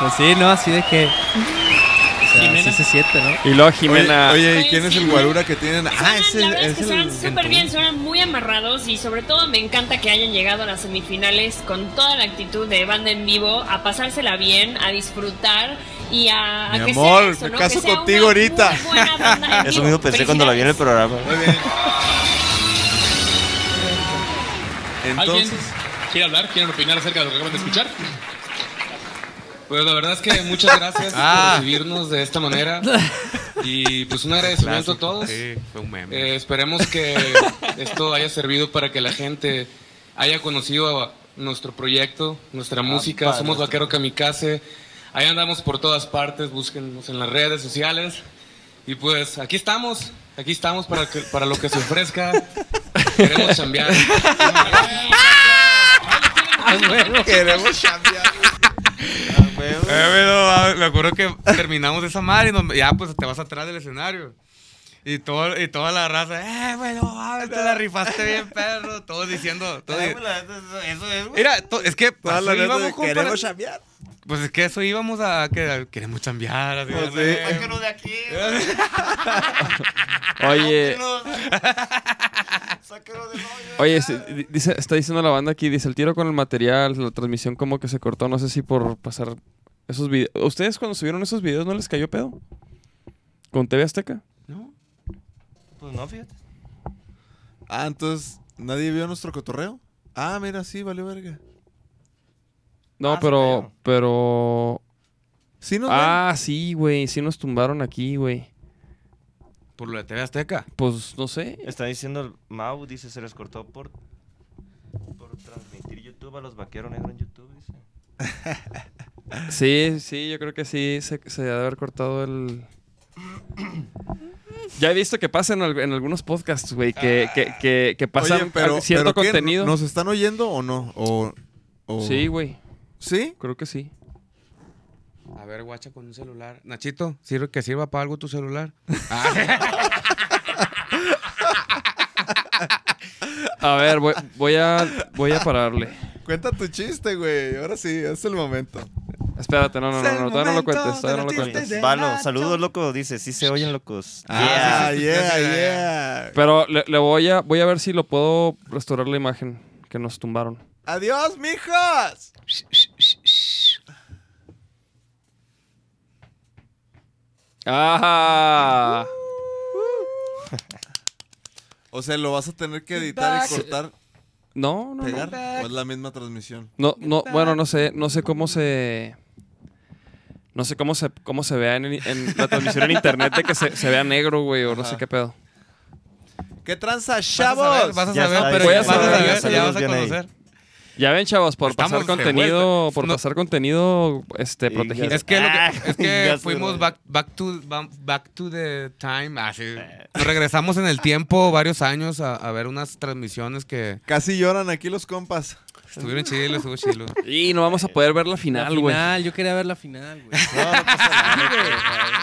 Pues sí, ¿no? Así de que. O sea,
Jimena.
así se siente, ¿no?
Y luego Jimena.
Oye, ¿y quién es el guarura que tienen? Ah, es
Pues La
el.
verdad es
Es
que
el
suenan súper bien, suenan muy amarrados y sobre todo me encanta que hayan llegado a las semifinales con toda la actitud de banda en vivo, a pasársela bien, a disfrutar y a, a
Mi
que sea
amor,
eso,
me
¿no?
caso
Que sea
contigo
una
ahorita.
muy buena banda
*laughs*
en
Eso
vivo.
mismo pensé cuando la vi en el programa.
¿Alguien quiere hablar? ¿Quieren opinar acerca de lo que acaban de escuchar?
Pues la verdad es que muchas *laughs* gracias
Ah.
por recibirnos de esta manera. Y pues un agradecimiento a
Clásico.
todos.
Sí, fue un meme.
Eh, esperemos que esto haya servido para que la gente haya conocido a nuestro proyecto, nuestra música.
padre,
Somos
nuestra-
Vaquero Kamikaze. Ahí andamos por todas partes. Búsquennos en las redes sociales. Y pues aquí estamos. Aquí estamos para, que- para lo que se ofrezca. Queremos cambiar.
Queremos chambear.
Eh, pero, ah, me acuerdo que terminamos esa madre y nos- ya pues te vas atrás del escenario. Y, todo, y toda la raza, eh, güey, no mames, te la rifaste bien, perro. Todos diciendo, todos di-
Eso es,
Mira, to- es que
Toda
pasó,
la neta
íbamos,
de
compa,
queremos chambear.
Pues es que eso íbamos a que a- queremos chambear. Así,
Pues
¿no?
sí. Sáquenos de aquí.
Oye. *laughs*
Sáquenos del hoyo.
Oye, se- di- dice, está diciendo la banda aquí, dice el tiro con el material, la transmisión como que se cortó, no sé si por pasar esos videos. ¿Ustedes cuando subieron esos videos no les cayó pedo? ¿Con TV Azteca?
Pues no, fíjate.
Ah, entonces, ¿nadie vio nuestro cotorreo? Ah, mira, sí, valió verga.
No, pero, pero...
Sí nos
Ah, sí, güey, sí nos tumbaron aquí, güey.
Por lo de TV Azteca.
Pues no sé.
Está diciendo el Mau, dice, se les cortó por, por transmitir YouTube a los vaqueros negros en YouTube, dice.
Sí, sí, yo creo que sí, se, se debe haber cortado el... Ya he visto que pasa en, al- en algunos podcasts, güey, que, que, que, que pasan
Oye, pero,
cierto
pero ¿qué?
contenido.
¿Nos están oyendo o no? O, o-
Sí, güey.
¿Sí?
Creo que sí.
A ver, guacha con un celular. Nachito, sirve que sirva para algo tu celular.
A ver, voy, voy a voy a pararle.
Cuenta tu chiste, güey. Ahora sí, es el momento.
Espérate, no, no, no, no, todavía no lo cuentes, todavía no lo cuentes.
Palo, saludos, loco, dice, sí se oyen, locos.
Ah,
Yeah.
yeah, yeah.
Pero le, le voy a voy a ver si lo puedo restaurar la imagen que nos tumbaron.
¡Adiós, mijos!
Ah.
O sea, lo vas a tener que editar y cortar.
No, no,
¿Pegar?
no.
¿O es la misma transmisión?
No, no, bueno, no sé, no sé cómo se no sé cómo se cómo se vea en, en la transmisión en internet de que se, se vea negro, güey, o no sé qué pedo.
¿Qué tranza, chavos?
saber, vas a Ya saber, está, pero
Voy a
ya vas a
saber,
saber,
saludos,
ya vas a
bien ahí.
conocer.
Ya ven, chavos, por
Estamos
pasar
de
contenido,
vuelta.
por
No.
pasar contenido este protegido.
Es que, lo que- es *laughs* que
Ya se
fuimos
lo-
back, back to, ba- back to the time. Ah, sí. Nos regresamos en el tiempo varios años a, a ver unas transmisiones que
Casi lloran aquí los compas.
estuvieron chilos, estuvo *laughs* chilo.
Y no vamos a poder ver la
La
final, güey.
final, yo quería ver la final,
*laughs*
güey.
ah.
*laughs*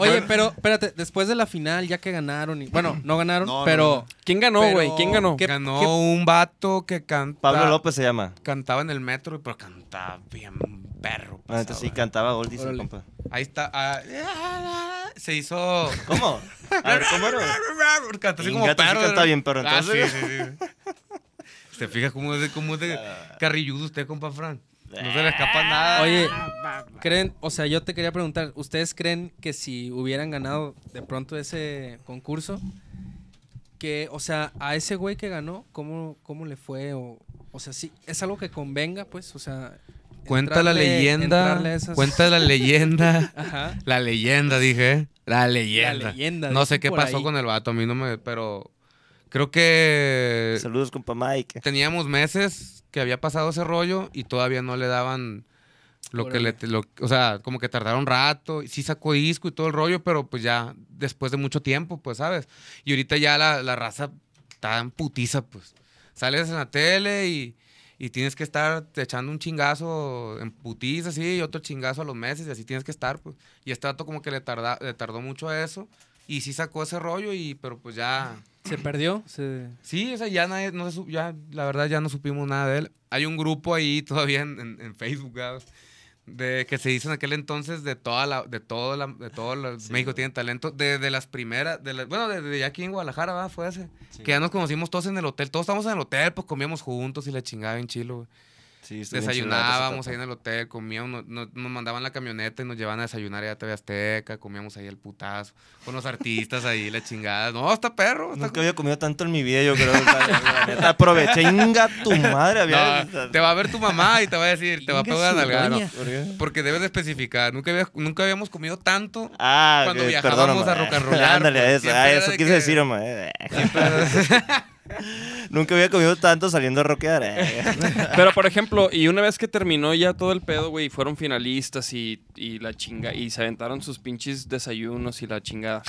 Oye,
Bueno.
pero espérate, después de la final, ya que ganaron y. Bueno, no ganaron,
No, no,
pero.
no. ¿Quién ganó,
pero-
güey? ¿Quién ganó?
¿qué-
Ganó
qué-
un vato que canta.
Pablo López se llama. Ah,
Cantaba en el metro, pero cantaba bien perro.
Ah, entonces sí, cantaba Old, dice el
Órale.
compa.
Ahí está. ah, se hizo.
¿Cómo? A ver, ¿cómo era?
Cantó así como
Ingato, sí
perro.
canta bien perro,
Ah,
entonces.
sí, sí, sí. ¿Se fija cómo es de, cómo es de
Ah.
carrilludo usted, compa Fran? No se le escapa nada.
Oye, ¿creen? O sea, yo te quería preguntar, ¿ustedes creen que si hubieran ganado de pronto ese concurso, que, o sea, a ese güey que ganó, ¿cómo, cómo le fue? O, o sea, sí, es algo que convenga, pues, o sea.
Cuenta la
entrarle-
leyenda.
entrarle a esas-
Cuenta la leyenda.
Ajá.
La leyenda, dije. ¿eh? La leyenda.
La leyenda,
no sé
dicen
qué
por
pasó
ahí.
con el vato, a mí no me. Pero creo que.
Saludos, compa Mike.
Teníamos meses que había pasado ese rollo y todavía no le daban lo que le.
Órale.
lo- o sea, como que tardaron un rato. y Sí sacó disco y todo el rollo, pero pues ya después de mucho tiempo, pues, ¿sabes? Y ahorita ya la, la raza está en putiza, pues. Sales en la tele y. Y tienes que estar echando un chingazo en putiza, así, y otro chingazo a los meses, y así tienes que estar, pues. Y este dato como que le, tarda, le tardó mucho a eso, y sí sacó ese rollo, y pero pues ya...
¿Se perdió? Se...
Sí, o sea, ya nadie, no se, sup- ya, la verdad ya no supimos nada de él. Hay un grupo ahí *laughs* todavía en, en- en Facebook, ¿verdad? de que se hizo en aquel entonces de toda la, de todo la, de todo la- México tiene talento, de, de las primeras, de la- bueno, desde ya aquí en Guadalajara, ¿verdad? Fue ese, que ya nos conocimos todos en el hotel, todos estábamos en el hotel, pues comíamos juntos y la chingada en chilo, güey.
estuvo bien
Desayunábamos
chingada esa
ahí en el hotel, comíamos, no- no- nos, mandaban la camioneta y nos llevaban a desayunar allá a TV Azteca, comíamos ahí el putazo, con los artistas ahí, la chingada. No, está perro, está
Nunca había comido tanto en mi vida, yo creo. o sea, la neta, aproveché, inga tu madre. Había,
No, te va a ver tu mamá y te va a decir, te va a
Inga
pegar
su
nalgada. no.
doña. ¿Por qué?
Porque debes de especificar. Nunca, había- nunca habíamos comido tanto
Ah,
cuando
ok,
viajábamos
perdóname.
a rocarrolar.
*laughs* Ándale, a eso, ah, eso quise decir,
hombre.
hombre. *laughs* Nunca había comido tanto saliendo a roquear. eh.
*laughs* Pero por ejemplo, y una vez que terminó ya todo el pedo, güey, y fueron finalistas y, y la chinga y se aventaron sus pinches desayunos y la chingada.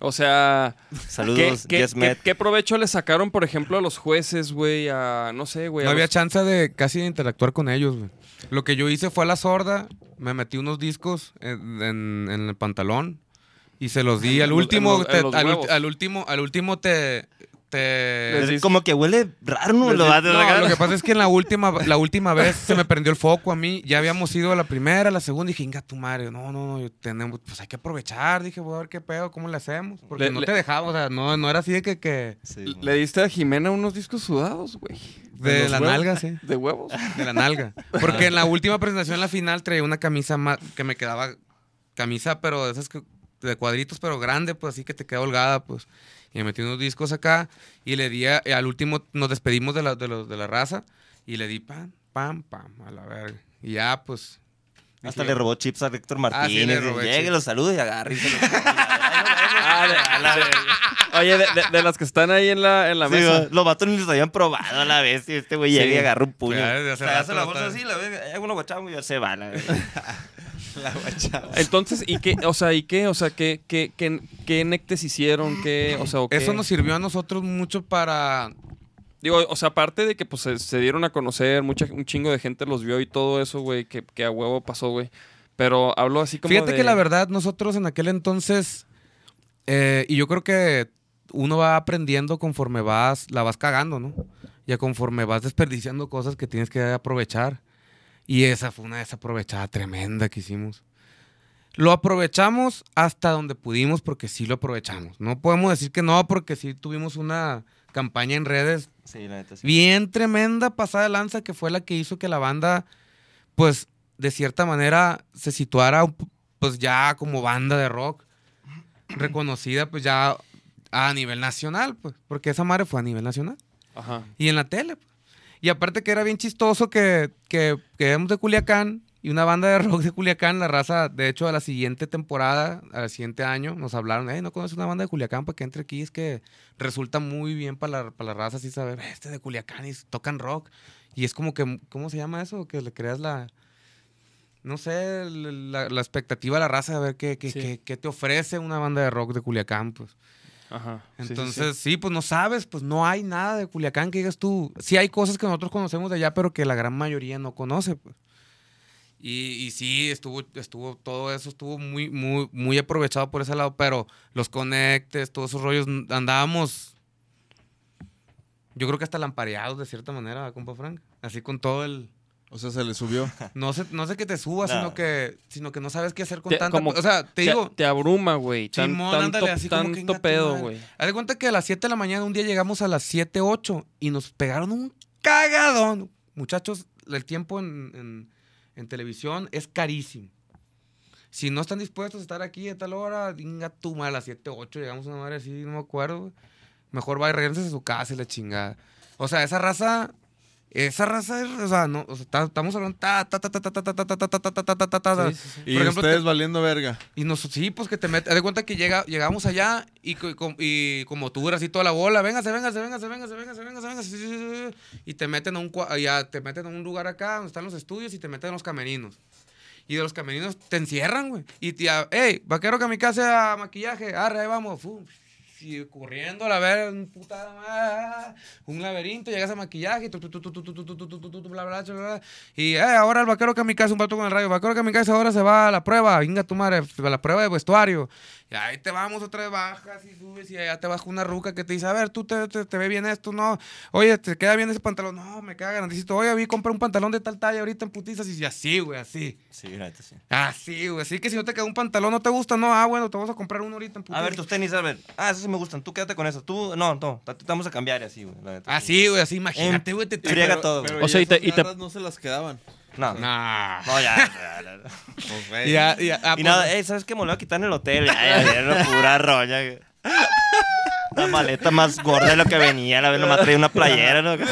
O sea,
Saludos,
¿qué, qué-
Yes Met.
qué- qué provecho le sacaron, por ejemplo, a los jueces, güey? A no sé, güey.
No
a
había
los-
chance de casi interactuar con ellos, güey. Lo que yo hice fue a la sorda, me metí unos discos en, en- en el pantalón y se los di.
Ah, En
Al
los- en
último,
los-
te-
en los
al, ul-
huevos.
al último, al último te. te-
Es como que huele raro, ¿no? Lo vas
No,
a regalar.
lo que pasa es que en la última, la última vez se me prendió el foco a mí. Ya habíamos ido a la primera, a la segunda, y dije, inga tu madre. No, no, no, yo tenemos, pues hay que aprovechar. Dije, voy a ver qué pedo, cómo le hacemos. Porque
Le-
no
le-
te dejaba, o sea, no, no era así de que. que
Le diste a Jimena unos discos sudados, güey.
De
los
la
huevos.
nalga, sí.
De
*laughs*
huevos.
de la nalga. Porque en la última presentación, en la final, traía una camisa ma- que me quedaba camisa, pero de esas que- de cuadritos, pero grande, pues así que te queda holgada, pues. Y me metí unos discos acá y le di, a- al último nos despedimos de la, de los- de la raza y le di pam, pam, pam, a la verga. Y ya, pues.
Hasta
dije,
le robó chips a Héctor
Ah, sí, le
Martínez.
robé
Llegue,
chips.
los saludos y agarre.
Ah, Oye, de, de- de las que están ahí en la, en la mesa.
los vatos ni los habían probado a la vez. Y este güey
Sí.
llega y agarra un puño.
Ya, desde
O
hace
sea, hace
rato
la
lo
bolsa
está-
así, la ve, hay alguna guachama y ya se va. La, la guachama.
Entonces, ¿y qué? O sea, ¿y qué? O sea, ¿qué, qué, qué, qué néctes hicieron? ¿Qué? O sea, ¿o qué?
Eso nos sirvió a nosotros mucho para
Digo, o sea, aparte de que pues se, se dieron a conocer, mucha, un chingo de gente los vio y todo eso, güey, que, que a huevo pasó, güey. Pero hablo así como
Fíjate
de-
que la verdad, nosotros en aquel entonces, eh, y yo creo que uno va aprendiendo conforme vas, la vas cagando, ¿no? Ya conforme vas desperdiciando cosas que tienes que aprovechar. Y esa fue una desaprovechada tremenda que hicimos. Lo aprovechamos hasta donde pudimos porque sí lo aprovechamos. No podemos decir que no porque sí tuvimos una campaña en redes
Sí, la neta sí.
bien tremenda pasada de lanza que fue la que hizo que la banda, pues, de cierta manera se situara, pues, ya como banda de rock reconocida, pues, ya a nivel nacional, pues, porque esa madre fue a nivel nacional.
Ajá.
Y en la tele. pues. Y aparte que era bien chistoso que, que, que éramos de Culiacán y una banda de rock de Culiacán, la raza, de hecho, a la siguiente temporada, al siguiente año, nos hablaron, hey, ¿no conoces una banda de Culiacán para que entre aquí? Es que resulta muy bien para la, para la raza, así saber, este de Culiacán y tocan rock. Y es como que, ¿cómo se llama eso? Que le creas la... No sé, la, la expectativa de la raza de ver qué, qué-
Sí.
qué- qué te ofrece una banda de rock de Culiacán, pues.
Ajá. Sí, sí, sí.
Entonces, sí, pues no sabes, pues no hay nada de Culiacán que digas tú. Sí hay cosas que nosotros conocemos de allá, pero que la gran mayoría no conoce. pues. Y, y sí, estuvo, estuvo, todo eso estuvo muy, muy, muy aprovechado por ese lado, pero los conectes, todos esos rollos, n- andábamos, yo creo que hasta lampareados de cierta manera, ¿verdad, compa Frank. Así con todo el...
O sea, se le
*laughs*
subió.
No sé, no sé que te suba,
No.
sino que, sino que no sabes qué hacer con
Te-
tanta...
como-
o sea, te digo...
Te abruma, güey. Tan-
Simón,
tanto
ándale, así como que,
tanto
"Inga tu
pedo,
madre".
güey.
Haz de cuenta que a las 7 de la mañana un día llegamos a las 7, 8 y nos pegaron un cagadón. Muchachos, el tiempo en, en- en televisión es carísimo. Si no están dispuestos a estar aquí a tal hora, dinga tu madre, a las 7, 8 llegamos a una madre así, no me acuerdo. Mejor va y regreses a su casa y la chingada. O sea, esa raza... Esa raza, es- o sea, no, o sea, ta- estamos hablando ta, ta, ta, ta, ta, ta, ta, ta, ta, ta, ta, ta, ta, ta, ta, ta.
Sí, sí, sí. Y
Por ejemplo,
ustedes
te-
valiendo verga.
y nos, sí, pues que te metes. Haz de cuenta que llega, llegamos allá y, co- y com- y como tú eras así toda la bola, véngase, véngase, véngase, véngase, véngase, véngase, véngase, sí, sí, sí, sí. Y te meten a un cua- ya te meten a un lugar acá donde están los estudios y te meten a los camerinos. Y de los camerinos te encierran, güey. Y te, hey, vaquero que a mi casa a maquillaje, arre, ahí vamos. Fu. y corriendo a la ver, un putada madre, un laberinto, llegas a maquillaje, y tu, tu, tu, tu, tu, tu, tu, tu, tu, tu, tu, tu, bla, bla, bla, bla, y eh, ahora el vaquero Kamikaze, un vato con el rayo, vaquero Kamikaze ahora se va a la prueba, venga tu madre, a la prueba de vestuario, y ahí te vamos, otra vez bajas y subes, y allá te baja una ruca que te dice, a ver, tú te, te, te ve bien esto, no, oye, te queda bien ese pantalón, no, me queda garantizado, oye, vi, compra un pantalón de tal talla ahorita en putizas, y así, güey, así.
Sí, gratis, sí.
Así, Ah, güey, así que si no te queda un pantalón, no te gusta, no, ah, bueno, te vamos a comprar uno ahorita en putizas.
A ver, tus tenis, a ver. Ah, esos sí me gustan. Tú quédate con eso. Tú, no, no. Te, te vamos a cambiar y así, güey. la neta.
Así, Ah, güey, así, imagínate,
Em,
güey, te
friega todo, güey.
Pero
O sea, y te-
esas
y te-
garras no se las quedaban.
No.
No. Nah.
Em. No, ya. ya, ya, ya.
Pues, güey.
Y ya- y ya- ah,
y
pues-
nada, eh, ¿sabes qué? Me lo voy a quitar en el hotel. Ya, ya, ya, era pura roña. güey. La maleta más gorda de lo que venía. La vez nomás traía una playera, ¿no?
De que,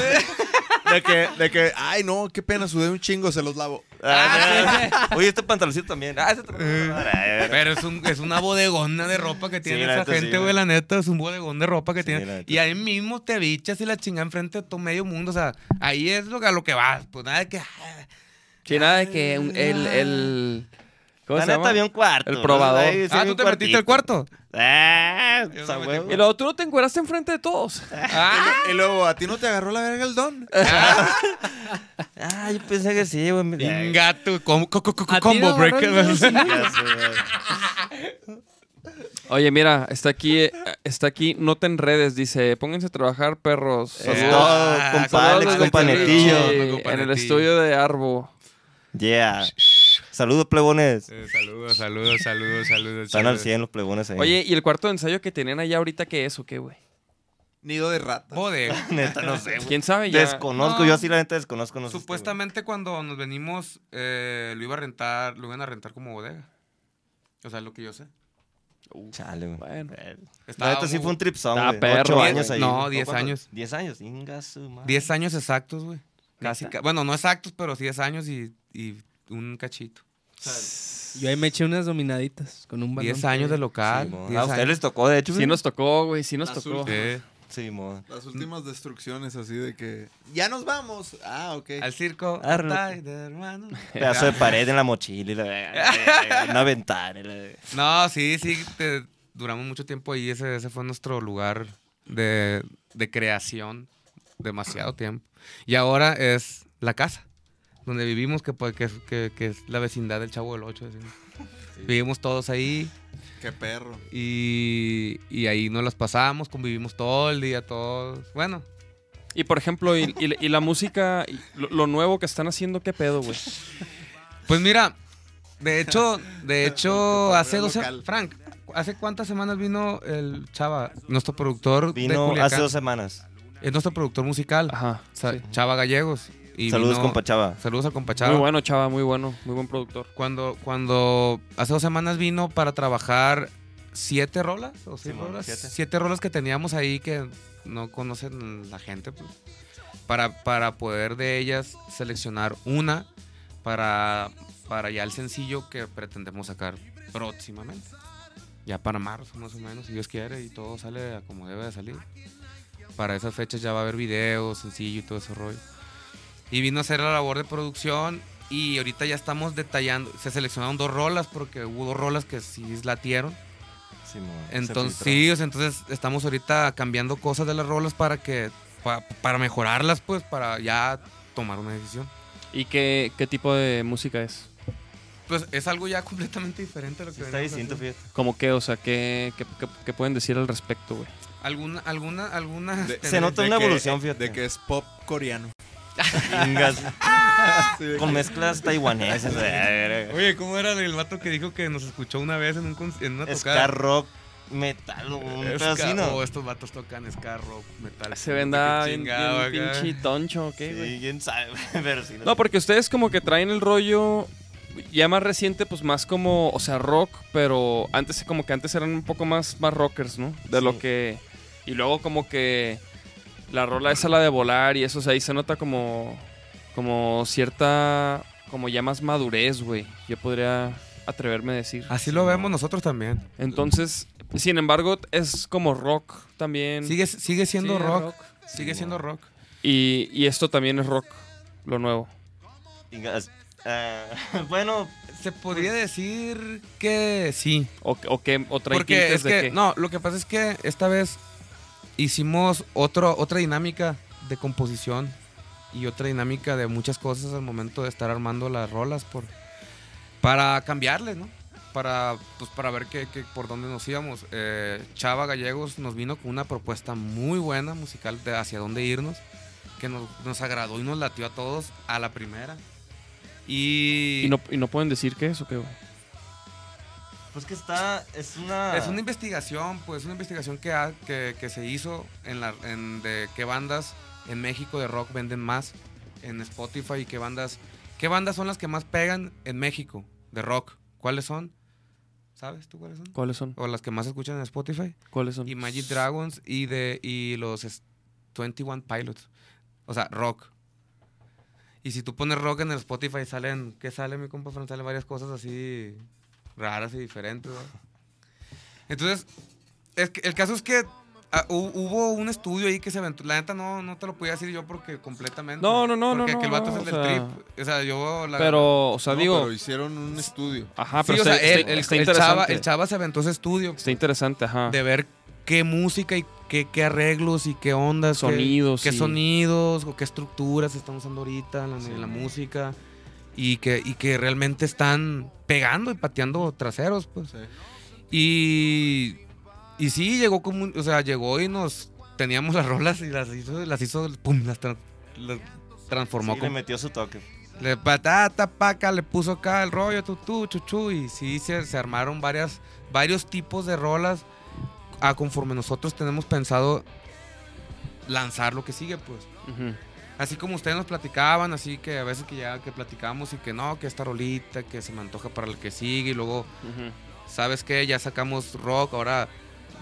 Eh, de que, ay, no, qué pena, sudé un chingo, se los lavo.
Ah, no. Oye, este pantaloncito también. Ah, ese también. Ay, ay,
*laughs* Pero es, un- es una bodegona de ropa que tiene
la
esa
neta sí,
gente, güey.
güey.
la neta, es un bodegón de ropa que
Sí, la
tiene.
neta.
Y ahí mismo te bichas y la chinga enfrente de todo medio mundo. O sea, ahí es lo, a lo que vas. Pues nada de que. ah,
Sí, nada de que un- el. el ¿Cómo
La
se
neta
llama?
había un cuarto.
El
¿no?
probador.
Ahí sí
Ah,
había
tú te
un
metiste al cuarto.
Ah,
Yo
o sea,
no me metí al
huevo.
Y luego tú no te encueraste enfrente de
*laughs*
todos.
Ah,
Y luego, ¿a ti no te agarró la verga el don?
Eh.
Ah, yo pensé que sí, güey. me-
gato.
¿A ti
combo
no, Ronnie?
breaker.
Ya sé, güey.
Oye, mira, está aquí, eh, está aquí, no te enredes, dice, pónganse a trabajar, perros.
Es
Saludos.
todo,
Ah,
compa
Saludos
Alex,
desde
compa
Monterrey,
Netillo.
Netillo.
eh,
Compa
En el
Netillo.
estudio de Arbo.
Yeah. Saludos, plebones.
Eh, Saludos, saludos, saludos, saludos.
Están al
saludos.
100 los plebones ahí.
Oye, ¿y el cuarto de ensayo que tenían allá ahorita qué es o qué, güey? Pues,
Nido de rata.
Bodega.
*laughs* neta, *laughs* no
*laughs*
sé. güey.
¿Quién sabe ya?
Desconozco,
No.
yo así la neta desconozco. No sé,
Supuestamente cuando nos venimos, eh, lo iba a rentar, lo iban a rentar como bodega. O sea, es lo que yo sé.
güey. Chale, güey.
Bueno.
La
Estaba
neta sí
muy-
fue un trip song,
Estaba
güey.
perro,
Ocho
güey.
años ahí.
No,
güey.
diez
¿Cuánto?
años.
Diez años, inga su madre.
10 años exactos, güey. Casi, ca- bueno, no exactos, pero sí 10 años y, y un cachito.
Yo ahí me eché unas dominaditas con un balón.
10 años de local.
Sí, mo.
10
Ah, a ustedes
años.
les tocó, de hecho.
Sí
güey.
nos tocó, güey, sí nos
Azul.
tocó.
Sí.
Sí, mo.
Las últimas destrucciones así de que... ¡Ya nos vamos! Ah, ok.
Al circo.
Arre.
ay, de hermano.
*laughs* Pedazo de pared en la mochila y la verga, güey. una ventana. y la verga.
No, sí, sí. te- duramos mucho tiempo ahí. Ese, ese fue nuestro lugar de, de creación. Demasiado tiempo. Y ahora es la casa. Donde vivimos, que, pues, que, es- que- que es la vecindad del Chavo del Ocho. así. Vivimos todos ahí.
¡Qué perro!
Y, y ahí nos las pasamos, convivimos todo el día, todos. Bueno,
Y por ejemplo, y, y- y la música, y lo, lo nuevo que están haciendo, ¿qué pedo, güey?
pues mira, de hecho,
*laughs*
de hecho, hace
Local.
dos semanas. Frank, ¿hace cuántas semanas vino el Chava, nuestro productor de
Vino
Culiacán?
hace dos semanas.
Es nuestro productor musical,
Ajá.
Sa-
sí.
Chava Gallegos. Y
Saludos,
vino-
compa Chava.
Saludos al compa Chava.
Muy bueno, chava, muy bueno, muy buen productor.
Cuando, cuando hace dos semanas vino para trabajar siete rolas o seis
Simón,
rolas. Siete.
siete.
rolas que teníamos ahí que no conocen la gente. pues, para, para poder de ellas seleccionar una para, para ya el sencillo que pretendemos sacar próximamente. Ya para marzo más o menos, si Dios quiere, y todo sale a como debe de salir. Para esas fechas ya va a haber videos, sencillo y todo ese rollo. Y vino a hacer la labor de producción y ahorita ya estamos detallando. Se seleccionaron dos rolas porque hubo dos rolas que sí latieron.
Sí, mo. Se
Entonces,
filtró.
sí, o sea, entonces estamos ahorita cambiando cosas de las rolas para que pa- para mejorarlas, pues, para ya tomar una decisión.
¿Y qué, qué tipo de música es?
Pues es algo ya completamente diferente a lo que
Sí, está
veníamos
distinto,
haciendo.
fíjate.
¿Cómo qué? O sea, ¿qué, qué, qué- qué pueden decir al respecto, güey?
Alguna, alguna, alguna.
De-
Se nota
de
una
que-
evolución, fíjate.
De que es pop coreano.
*laughs*
Ingas.
Sí, de
Con
que-
mezclas taiwanesas. la verga.
Oye, ¿cómo era el vato que dijo que nos escuchó una vez en, un cons- en una
Ska
tocada?
rock, metal, o un
Ska-
pedo así,
oh,
¿no?
estos vatos tocan ska rock, metal.
Se venda
Qué
bien,
chingado
bien
acá.
pinche toncho, ¿o ¿qué, güey?
Sí, quién sabe, *laughs* pero sí.
No, porque ustedes como que traen el rollo ya más reciente, pues más como, o sea, rock, pero antes como que antes eran un poco más, más rockers, ¿no? De lo
Sí.
que... Y luego como que la rola esa, la de volar y eso, o sea, ahí se nota como, como cierta, como ya más madurez, güey. Yo podría atreverme a decir.
Así lo vemos nosotros también.
Entonces, sin embargo, es como rock también.
Sigue, sigue siendo
Sí,
rock.
rock.
Sigue siendo rock.
Y, y esto también es rock, lo nuevo.
Ingas. Ah, *laughs* bueno,
se podría decir que sí.
O, o que otra
Porque es que, no, lo que pasa es que esta vez hicimos otro, otra dinámica de composición y otra dinámica de muchas cosas al momento de estar armando las rolas por, para cambiarle, ¿no? Para, pues, para ver qué- qué- por dónde nos íbamos. Eh, Chava Gallegos nos vino con una propuesta muy buena musical de hacia dónde irnos, que nos, nos agradó y nos latió a todos a la primera. Y,
¿Y no, ¿Y no pueden decir qué es o qué, güey?
Pues que está, es una...
Es una investigación, pues una investigación que, ha- que, que se hizo en la, en- de qué bandas en México de rock venden más en Spotify y qué bandas, qué bandas son las que más pegan en México de rock. ¿Cuáles son? ¿Sabes tú cuáles son?
¿Cuáles son?
O las que más escuchan en Spotify.
¿Cuáles son?
Y Magic Dragons y, de, y los es- 21 Pilots. O sea, rock. Y si tú pones rock en el Spotify, salen, ¿qué sale, mi compa? Fran? Salen varias cosas así raras y diferentes. ¿verdad? Entonces, es que- el caso es que ah, hu- hubo un estudio ahí que se aventó. La neta no, no te lo podía decir yo porque completamente.
No, no, no,
Porque
no,
que el
no,
vato
no,
es el
o
del
sea-
trip. O sea, yo. La
Pero, o sea,
No,
digo.
pero hicieron un estudio.
Ajá,
Sí,
pero
o sea,
está, está-
él- el-
está
el
interesante.
Chava- el Chava se aventó ese estudio.
Está interesante, ajá.
de ver qué música y qué, qué arreglos y qué ondas. qué-
Sonidos
Qué,
y-
sonidos o qué estructuras están usando ahorita en la, en la música. Y que, y que realmente están pegando y pateando traseros, pues. Y, y sí, llegó como... un- O sea, llegó y nos... Teníamos las rolas y las hizo, las hizo, pum, las, tra- las transformó.
Sí, le
como-
metió su toque.
le patata, paca, le puso acá el rollo, tutú, chuchu. Y sí, se, se armaron varias, varios tipos de rolas a conforme nosotros tenemos pensado lanzar lo que sigue, pues. Así como ustedes nos platicaban, así que a veces que ya que platicamos y que no, que esta rolita, que se me antoja para el que sigue y luego,
Ujú.
¿sabes qué? Ya sacamos rock, ahora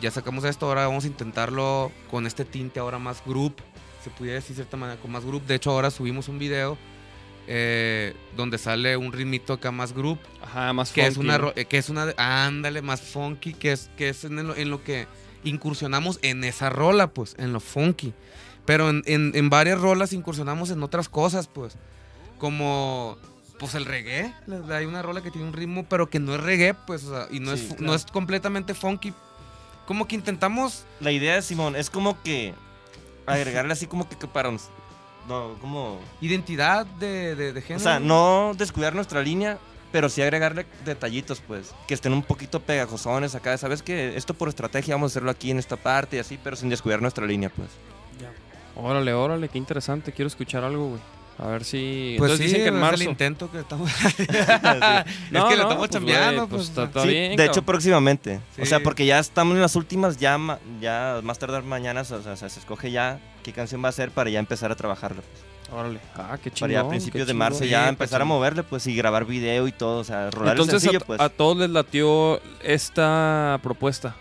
ya sacamos esto, ahora vamos a intentarlo con este tinte ahora más group, se pudiera decir de cierta manera, con más group. De hecho, ahora subimos un video eh, donde sale un ritmito acá más group.
Ajá, más
que Es
funky,
una,
¿no?
ro- eh, que es una, ándale, más funky, que es, que es en, lo, en lo que incursionamos en esa rola, pues, en lo funky. Pero en, en- en varias rolas incursionamos en otras cosas, pues, como, pues, el reggae. La- Hay una rola que tiene un ritmo, pero que no es reggae, pues, o sea, y no, es,
Sí,
fu-
claro.
no es completamente funky. Como que intentamos...
La idea de Simón es como que agregarle así como que, que para... nos- No, como...
Identidad de, de, de
O
género.
sea, no descuidar nuestra línea, pero sí agregarle detallitos, pues. Que estén un poquito pegajosones acá. Sabes que esto por estrategia vamos a hacerlo aquí en esta parte y así, pero sin descuidar nuestra línea, pues. *laughs*
Órale, órale, qué interesante. Quiero escuchar algo, güey. A ver si.
Pues
Entonces
sí,
dicen que en
es
marzo.
el intento que estamos...
*laughs*
*laughs* es que lo estamos
pues,
chambeando,
güey, pues,
pues.
está, está
Sí,
bien.
de hecho,
cabrón.
próximamente. O
Sí.
sea, porque ya estamos en las últimas, ya, ma- ya más tardar mañana, o sea, se escoge ya qué canción va a ser para ya empezar a trabajarlo. pues.
Órale. Ah, qué
para ya a
chingón,
principios
qué
de marzo
chingón.
ya
Sí,
empezar a
pachón.
moverle, pues, y grabar video y todo, o sea, rolar
Entonces
el sencillo,
a,
pues.
a todos les latió esta propuesta.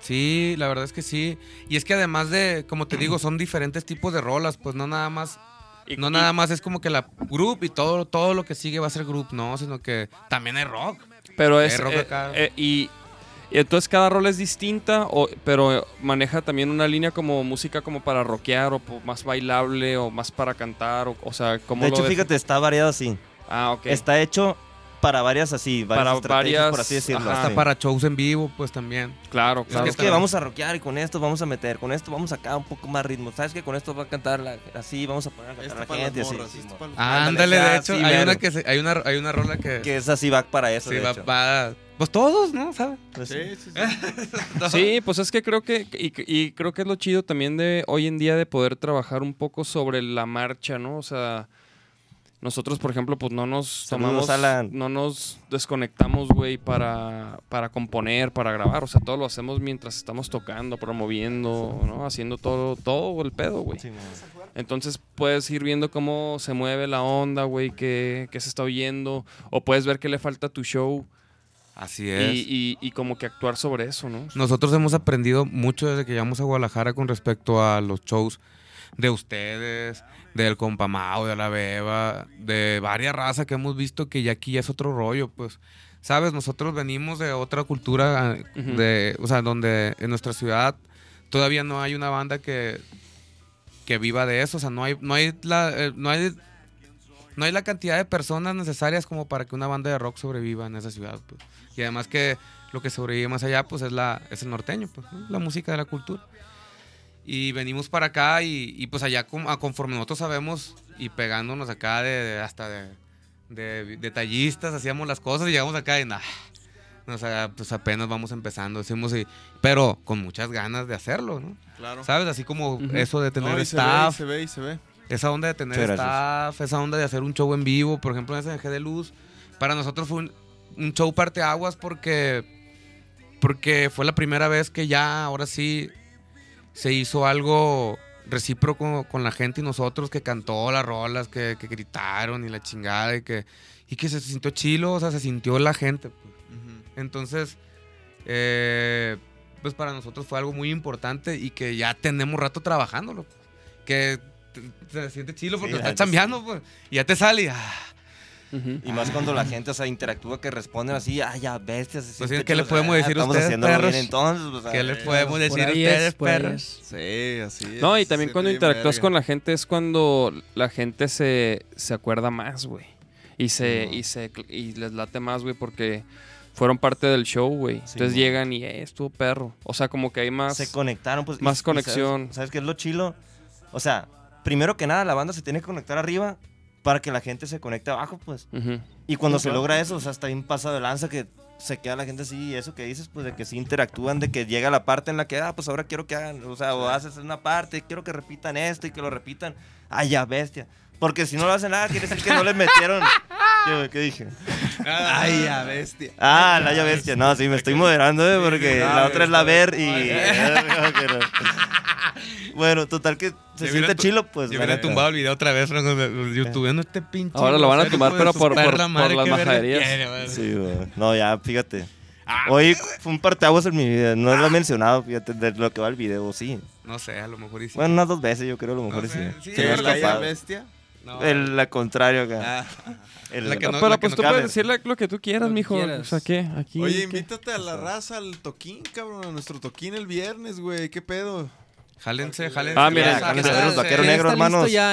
Sí, la verdad es que sí. Y es que además de, como te digo, son diferentes tipos de rolas, pues no nada más. no nada más es como que la group y todo, todo lo que sigue va a ser group, no, sino que también hay rock.
Pero es.
Hay rock
eh,
acá.
eh, y, y entonces cada rol es distinta, o, pero maneja también una línea como música como para rockear, o po- más bailable, o más para cantar, o, o sea, como.
de hecho, fíjate, está variado así.
Ah, ok.
Está hecho para varias así, varias
Para
estrategias,
varias-
por así decirlo.
ajá.
sí.
Hasta para shows en vivo, pues también.
Claro,
Es que, es que vamos a rockear y con esto vamos a meter, con esto vamos acá un poco más ritmo. ¿Sabes que Con esto va a cantar la- así, vamos a poner a cantar
Esto
a la
para Este las
gente. así.
morras,
Sí,
esto
mo-
para las-
Ah, ándale, de
ya,
hecho,
sí,
hay,
mero.
una que se- hay, una, hay una rola que.
Que esa sí va para eso,
Sí,
de
va,
hecho.
va- Pues todos, ¿no? ¿Sabes?
Pues
Sí, sí, sí.
Eh.
Sí, pues es que creo que, y, y creo que es lo chido también de hoy en día de poder trabajar un poco sobre la marcha, ¿no? O sea, nosotros, por ejemplo, pues no nos
Saludos,
tomamos,
Alan.
no nos desconectamos, güey, para, para componer, para grabar, o sea, todo lo hacemos mientras estamos tocando, promoviendo, ¿no? Haciendo todo, todo el pedo, güey. Entonces puedes ir viendo cómo se mueve la onda, güey, qué, qué se está oyendo, o puedes ver qué le falta a tu show.
Así
Y,
es.
y- y como que actuar sobre eso, ¿no?
Nosotros hemos aprendido mucho desde que llegamos a Guadalajara con respecto a los shows de ustedes, del compa Mau, de la Beba, de varias razas que hemos visto que ya aquí ya es otro rollo, pues. Sabes, nosotros venimos de otra cultura, eh,
Ujú.
de, o sea, donde en nuestra ciudad todavía no hay una banda que, que viva de eso, o sea, no hay, no hay, la- eh, no hay no hay la cantidad de personas necesarias como para que una banda de rock sobreviva en esa ciudad. pues. Y además que lo que sobrevive más allá pues es, la, es el norteño, pues, ¿no? la música de la cultura. Y venimos para acá y, y, pues allá com- a conforme nosotros sabemos y pegándonos acá de, de- hasta de, de detallistas, hacíamos las cosas y llegamos acá y nada. O sea, pues apenas vamos empezando, decimos, y, pero con muchas ganas de hacerlo, ¿no?
Claro.
¿Sabes? Así como
Ujú.
eso de tener
No, y se ve, y
staff.
se ve, y se ve.
Esa onda de tener
Muchas gracias.
staff, esa onda de hacer un show en vivo, por ejemplo, en ese de Luz. Para nosotros fue un, un show parteaguas porque, porque fue la primera vez que ya, ahora sí, se hizo algo recíproco con la gente y nosotros, que cantó las rolas, que, que gritaron y la chingada, y que, y que se sintió chilo, o sea, se sintió la gente. pues. Entonces, eh, pues para nosotros fue algo muy importante y que ya tenemos rato trabajándolo. pues. Que te- se siente chilo porque
Sí, la
estás
neta sí.
chambeando, pues, y ya te sale. y, ah.
Y más cuando la gente o sea, interactúa, que responden así, ah, ya bestias.
Pues, ¿qué le podemos decir a
Estamos
ustedes,
haciéndolo bien
perros?
entonces. pues,
¿Qué
ah,
les
eh,
podemos
por
decir a
ahí
ustedes,
es, por ahí
perros?
es.
Sí, así
No, y
es,
también
se
cuando
ríe
interactúas
verga.
con la gente es cuando la gente se, se acuerda más, güey. Y se, y se y les late más, güey, porque fueron parte del show, güey. Entonces
mo.
llegan y eh, estuvo perro. O sea, como que hay más
Se conectaron, pues. y-
más
y
conexión.
¿sabes, ¿Sabes qué es lo chilo? O sea, primero que nada, la banda se tiene que conectar arriba para que la gente se conecte abajo, pues.
Ujú.
Y cuando
Sí,
se
claro.
logra eso, o sea, está bien pasado de lanza que se queda la gente así, y eso que dices, pues de que sí interactúan, de que llega la parte en la que, ah, pues ahora quiero que hagan, o sea, o haces una parte, quiero que repitan esto y que lo repitan. Ay, ya bestia. Porque si no lo hacen nada, quiere decir que no le metieron. ¿Qué, qué dije?
Ay, ya bestia.
Ah, la ya bestia. No, sí, me estoy moderando, eh, porque
no,
la otra es la
está
ver y.
bien.
*laughs* Bueno, total que se siente chilo, pues.
Yo
la
hubiera
neta.
tumbado el video otra vez, Franco, de- de
Eh.
YouTube. No este pinche.
Ahora lo van a
grosero,
tumbar,
hijo de
pero
su
por- por-
perra madre,
por las
qué verga
majaderías.
tiene, güey.
Sí, güey. No, ya, fíjate.
Ah,
Hoy fue un parteaguas en mi vida. No lo he mencionado, fíjate, de lo que va el video, sí.
No sé, a lo mejor y sí.
Bueno, unas dos veces, yo creo, a lo mejor y sí.
sé, sí,
Se me ha
¿la ya
escapado.
bestia? No.
El, la contraria acá. El-
Ah, La que
No, pero pues tú puedes decirle lo que tú quieras, mijo. O sea, ¿qué? Aquí,
Oye,
¿qué?
invítate a la raza al toquín, cabrón, a nuestro toquín el viernes, güey. ¿Qué pedo?
Jálense, jálense.
Ah, mira,
eh,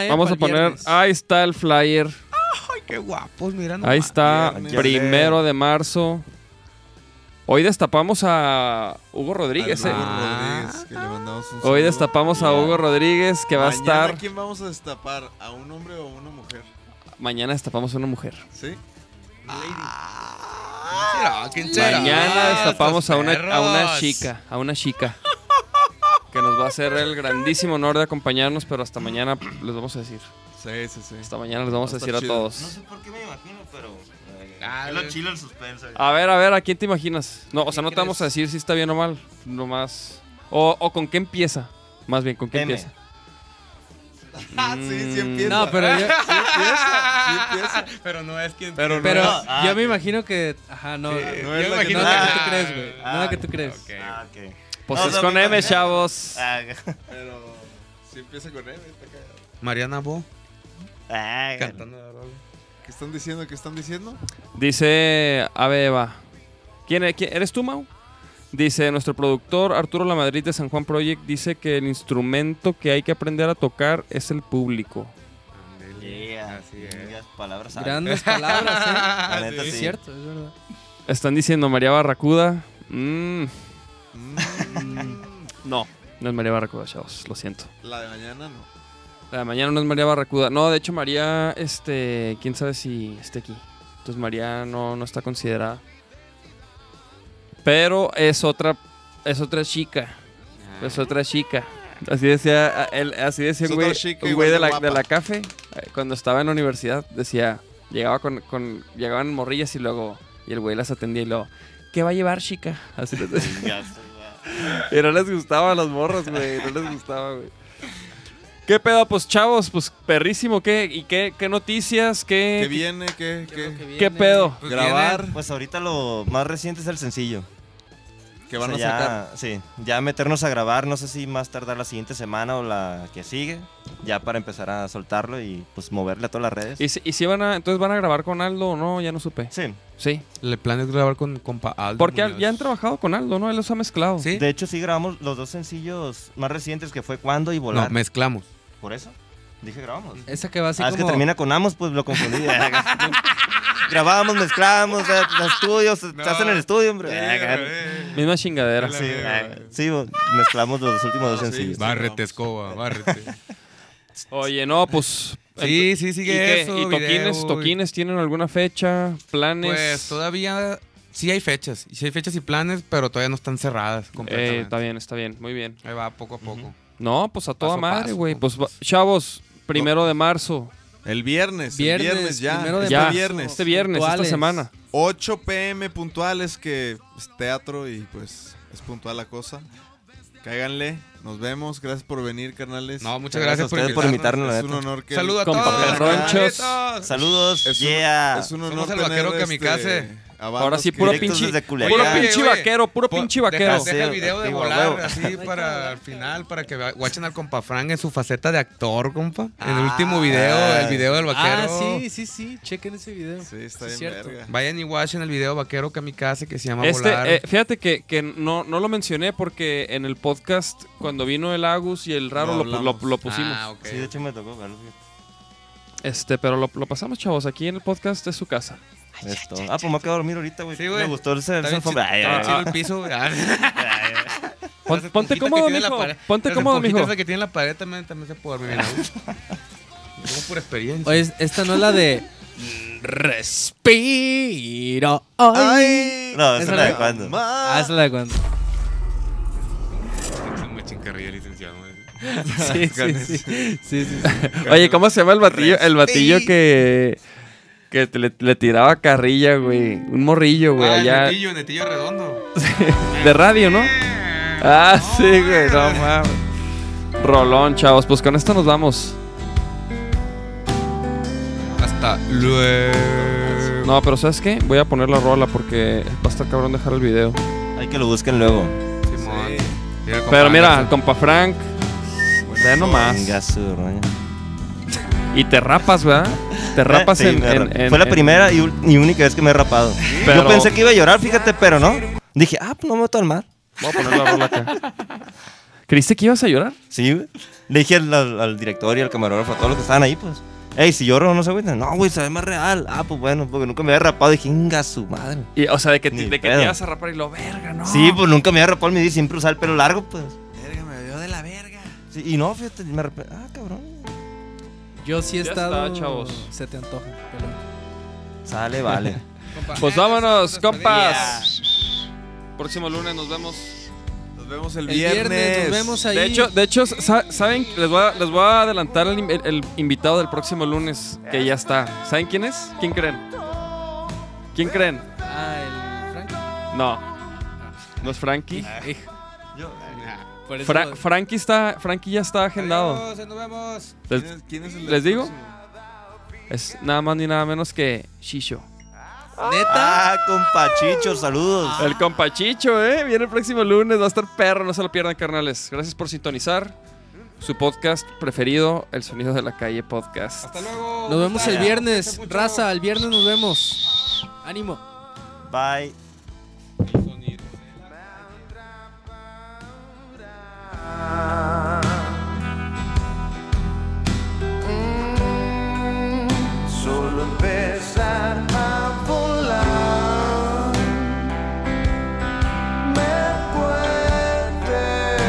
Vamos a poner, ahí está el flyer.
Ay, qué guapos, Ah, pues, mira. nomás.
Ahí está,
Viernes.
primero de marzo. Hoy destapamos a Hugo Rodríguez.
Al
eh.
Hugo Rodríguez, que le mandamos un
Hoy
saludo.
destapamos a Hugo Rodríguez que va a
Mañana,
estar.
quién vamos a destapar? ¿A un hombre o a una mujer?
Mañana destapamos a una mujer.
¿Sí?
Mira, ¿quién será?
Mañana
Ah,
destapamos a
estos
una, a una
perros.
chica, a una chica. Que nos va a hacer el grandísimo honor de acompañarnos, pero hasta mañana les vamos a decir.
Sí, sí, sí.
Hasta mañana les vamos a
Va a
decir
estar
a
chido.
todos.
No sé por qué me imagino, pero. eh, es lo chilo el suspenso.
A ver, a ver, ¿a quién te imaginas? No, o sea, no te
crees?
vamos a decir si está bien o mal, nomás. O, o con qué empieza. Más bien, ¿con qué
M. *laughs* Ah,
empieza? Mm,
sí, sí
empieza. No, pero yo- Sí
Pero no es quien.
Pero, yo me imagino que. Ajá, no.
Sí,
no
no
es
es
lo
la
que,
que-
no es la que
Ah,
tú crees, güey. No es la que tú crees.
Ah, ok.
Pues
No,
es
no,
con
me
M,
imagino.
chavos.
Ah,
Pero si empieza con M, está cagado.
Mariana Bo.
*laughs* Ah,
Cantando la rola.
¿Qué están diciendo? ¿Qué están diciendo?
Dice Ave Eva. ¿Quién, e- quién- eres tú, Mau? Dice nuestro productor Arturo La Madrid de San Juan Project dice que el instrumento que hay que aprender a tocar es el público.
Yeah, así es. Palabras sabias.
*laughs*
Grandes palabras, *laughs* ¿eh?
La neta,
es
sí.
cierto, es verdad.
Están diciendo María Barracuda. Mm. *laughs* no, no es María Barracuda, chavos. Lo siento.
La de mañana no.
La de mañana no es María Barracuda. No, de hecho, María, este, quién sabe si esté aquí. Entonces, María no, no está considerada. Pero es otra, es otra chica. Es otra chica. Así decía, ah, él- así decía
Ah. Es
un güey,
otra chica
un
igual
güey de,
de
la,
guapa.
de la CAFE, eh, cuando estaba en la universidad, decía, llegaba con, con- llegaban morrillas y luego, y el güey las atendía y luego, ¿qué va a llevar, chica? Así les decía. y no les gustaba a los morros, güey, no les gustaba, güey. ¿Qué pedo, pues chavos? Pues perrísimo, ¿qué? ¿Y qué, qué noticias? ¿Qué,
¿Qué viene? ¿Qué, qué,
qué pedo?
Grabar. Pues ahorita lo más reciente es el sencillo.
Que van a
ya-
sacar.
Sí, ya meternos a grabar, no sé si más tardar la siguiente semana o la que sigue, ya para empezar a soltarlo y pues moverle a todas las redes.
¿Y, si- y si van a, entonces van a grabar con Aldo o no? Ya no supe.
Sí.
Sí.
El plan es grabar con, con Pa- Aldo
Porque
Muñoz.
ya han trabajado con Aldo, ¿no? Él los ha mezclado.
Sí.
De hecho, sí grabamos los dos sencillos más recientes que fue Cuando y Volar.
No, mezclamos.
¿Por eso? Dije grabamos.
Esa que va así
Ah, es
como-
que termina con Amos, pues lo confundí. *laughs* grabamos, mezclamos, eh, los estudios, se hacen en el estudio, hombre.
Misma chingadera.
Sí, eh, sí, mezclamos los últimos dos sencillos.
Bárrete,
*laughs*
escoba, bárrete.
Oye, no, pues.
Sí,
ent-
sí, sigue
¿Y qué?
eso,
¿Y toquines,
video, y-
toquines tienen alguna fecha? ¿Planes? Eh,
Pues todavía sí hay fechas. Sí hay fechas y planes, pero todavía no están cerradas completamente.
Eh, está bien, está bien, muy bien.
Ahí va poco a poco.
No, pues a toda
Paso a
madre,
paso,
güey. Pues va- chavos, primero de marzo.
El viernes, el viernes ya. este
Ya,
viernes.
Este viernes, esta semana.
8 pm puntuales, que es teatro y pues es puntual la cosa. Cáiganle, nos vemos. Gracias por venir, carnales.
No, muchas gracias
a
por
ustedes
invitarnos.
Es un honor que.
Saludo a Con todos, paperronchos. carnalitos.
Saludos,
Es un,
yeah.
Es un honor.
Somos el vaquero
tener, este,
kamikaze.
a
Ahora sí,
bandas
puro
que-
pinche,
desde Culiacán.
puro
Oye,
pinche
oye,
vaquero, puro
po-
pinche
Pues, deja-
vaquero.
Deja el video de
activo,
volar
huevo.
así para el final, para que vea- guachen al compa Frank en su faceta de actor, compa. En el
Ah.
último video, el video del vaquero.
Ah, sí, sí, sí. Chequen ese video.
Sí, está bien
Sí, cierto.
verga.
Vayan y guachen el video vaquero kamikaze que se llama
Este,
Volar.
eh, fíjate que, que no, no lo mencioné porque en el podcast, cuando vino el Agus y el Raro,
Lo
lo, pu- lo-
hablamos.
lo pusimos.
Ah, ok.
Sí, de hecho me tocó, bueno,
Este, pero lo, lo pasamos, chavos. Aquí en el podcast es su casa.
esto. Ah, pues me voy a quedar a dormir ahorita, güey.
Sí, güey.
Me gustó ese
Está
esa
bien
alfombra.
chi-
Ay,
está bien
ay,
chido
ay.
el piso, güey. Ah.
*laughs* Pon-
Las esponjitas
ponte
que
cómodo,
tiene la
mijo.
pared.
Ponte
Las
cómodo,
esponjitas
mijo.
que tiene la pared también, también se puede dormir bien.
*laughs*
a gusto. Tengo pura experiencia.
Oye, esta no es la de. Respiro. Ay.
No, esa es la de cuando.
Ah, esa es la de cuando.
Es un machincarrillo, licenciado. güey.
Sí, sí, sí. sí, sí, sí.
*laughs* Oye, ¿cómo se llama el batillo? El batillo que, que te- le, le tiraba carrilla, güey. Un morrillo, güey.
Ah, el
allá
netillo, netillo redondo. Eh.
de radio, ¿no? Ah, sí, güey. No mames. Rolón, chavos. Pues con esto nos vamos.
Hasta luego.
No, pero ¿sabes qué? Voy a poner la rola porque va a estar cabrón dejar el video.
Hay que lo busquen luego.
Simón. Mira,
Pero
compadre,
mira, compa Frank. Ve
Venga,
nomás.
su roña.
Y te rapas, ¿verdad? Te rapas
Eh, Sí,
en,
me
en-
rap-
en-
Fue la
en-
primera y, ul- y única vez que me he rapado.
Pero-
Yo pensé que iba a llorar, fíjate, pero no. Dije, ah, pues no me voy a tomar.
Voy a poner la rola acá.
*laughs*
¿Creíste que ibas a llorar?
Sí, güey. Le dije al, al- al director y al camarógrafo, a todos los que estaban ahí, pues. Ey, si lloro, no se agüitan. No, güey, se ve más real. Ah, pues bueno, porque nunca me había rapado. Dije, inga su madre.
Y, o sea, de que, te-
Ni
de que
pedo.
te ibas a rapar y lo verga, ¿no?
Sí, pues nunca me había rapado en mi vida. Siempre usaba el pelo largo, pues.
Ah. Verga, me veo de la verga.
Sí, y no, fíjate, me rapé. Ah, cabrón.
Yo sí he
Ya
estado.
está, chavos.
Se te antoja. Pero...
Sale, vale.
compa.
Pues vámonos,
Hasta
compas. Próximo lunes nos vemos.
Nos vemos el
El viernes.
viernes.
nos vemos ahí.
De hecho, de hecho sa- ¿saben? Les voy a, les voy a adelantar el, in- el- el invitado del próximo lunes, que ya está. ¿Saben quién es? ¿Quién creen? ¿Quién creen?
Ah, el Frank.
No. ¿No es Frankie?
Ah,
Hijo. Por eso
Fra-
lo-
Frankie, está, Frankie ya está agendado.
Adiós, nos vemos.
Les,
¿Quién es- quién es el
les digo?
próximo?
es nada más ni nada menos que Shisho.
Neta.
*laughs* Ah, compachicho, saludos.
Ah.
Ah.
El compachicho, ¿eh? Viene el próximo lunes, va a estar perro, no se lo pierdan, carnales. Gracias por sintonizar su podcast preferido, El Sonido de la Calle Podcast.
Hasta luego.
Nos vemos el
Ah.
Gustavo.
viernes.
Cuídense mucho.
Raza, el viernes nos vemos. Ánimo.
Bye.
Mm, Solo empezar a volar me puede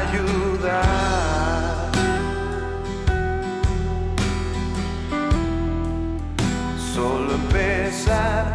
ayudar. Solo empezar.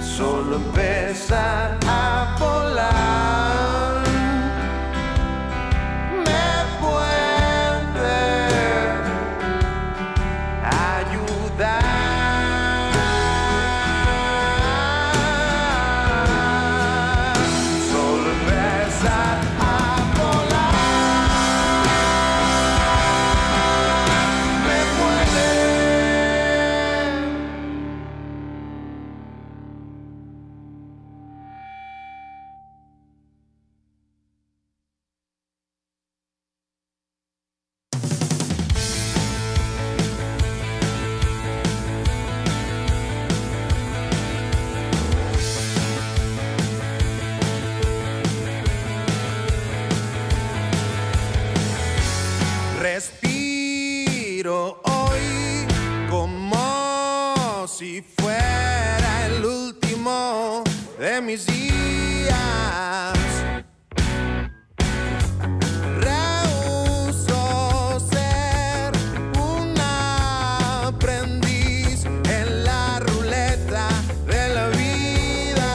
solo empezar a volar. Me puede ayudar. Solo empezar a volar. Me puede
Respiro hoy como si fuera el último de mis días. Rehuso ser un aprendiz en la ruleta de la vida.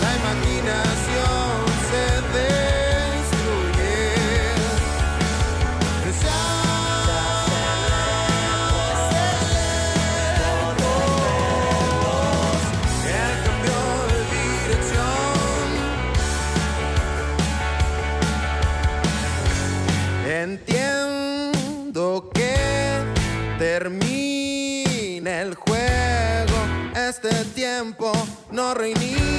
La imaginación se destruye, que se hace el cambio de dirección. Entiendo que termina el juego, este tiempo no reinicia.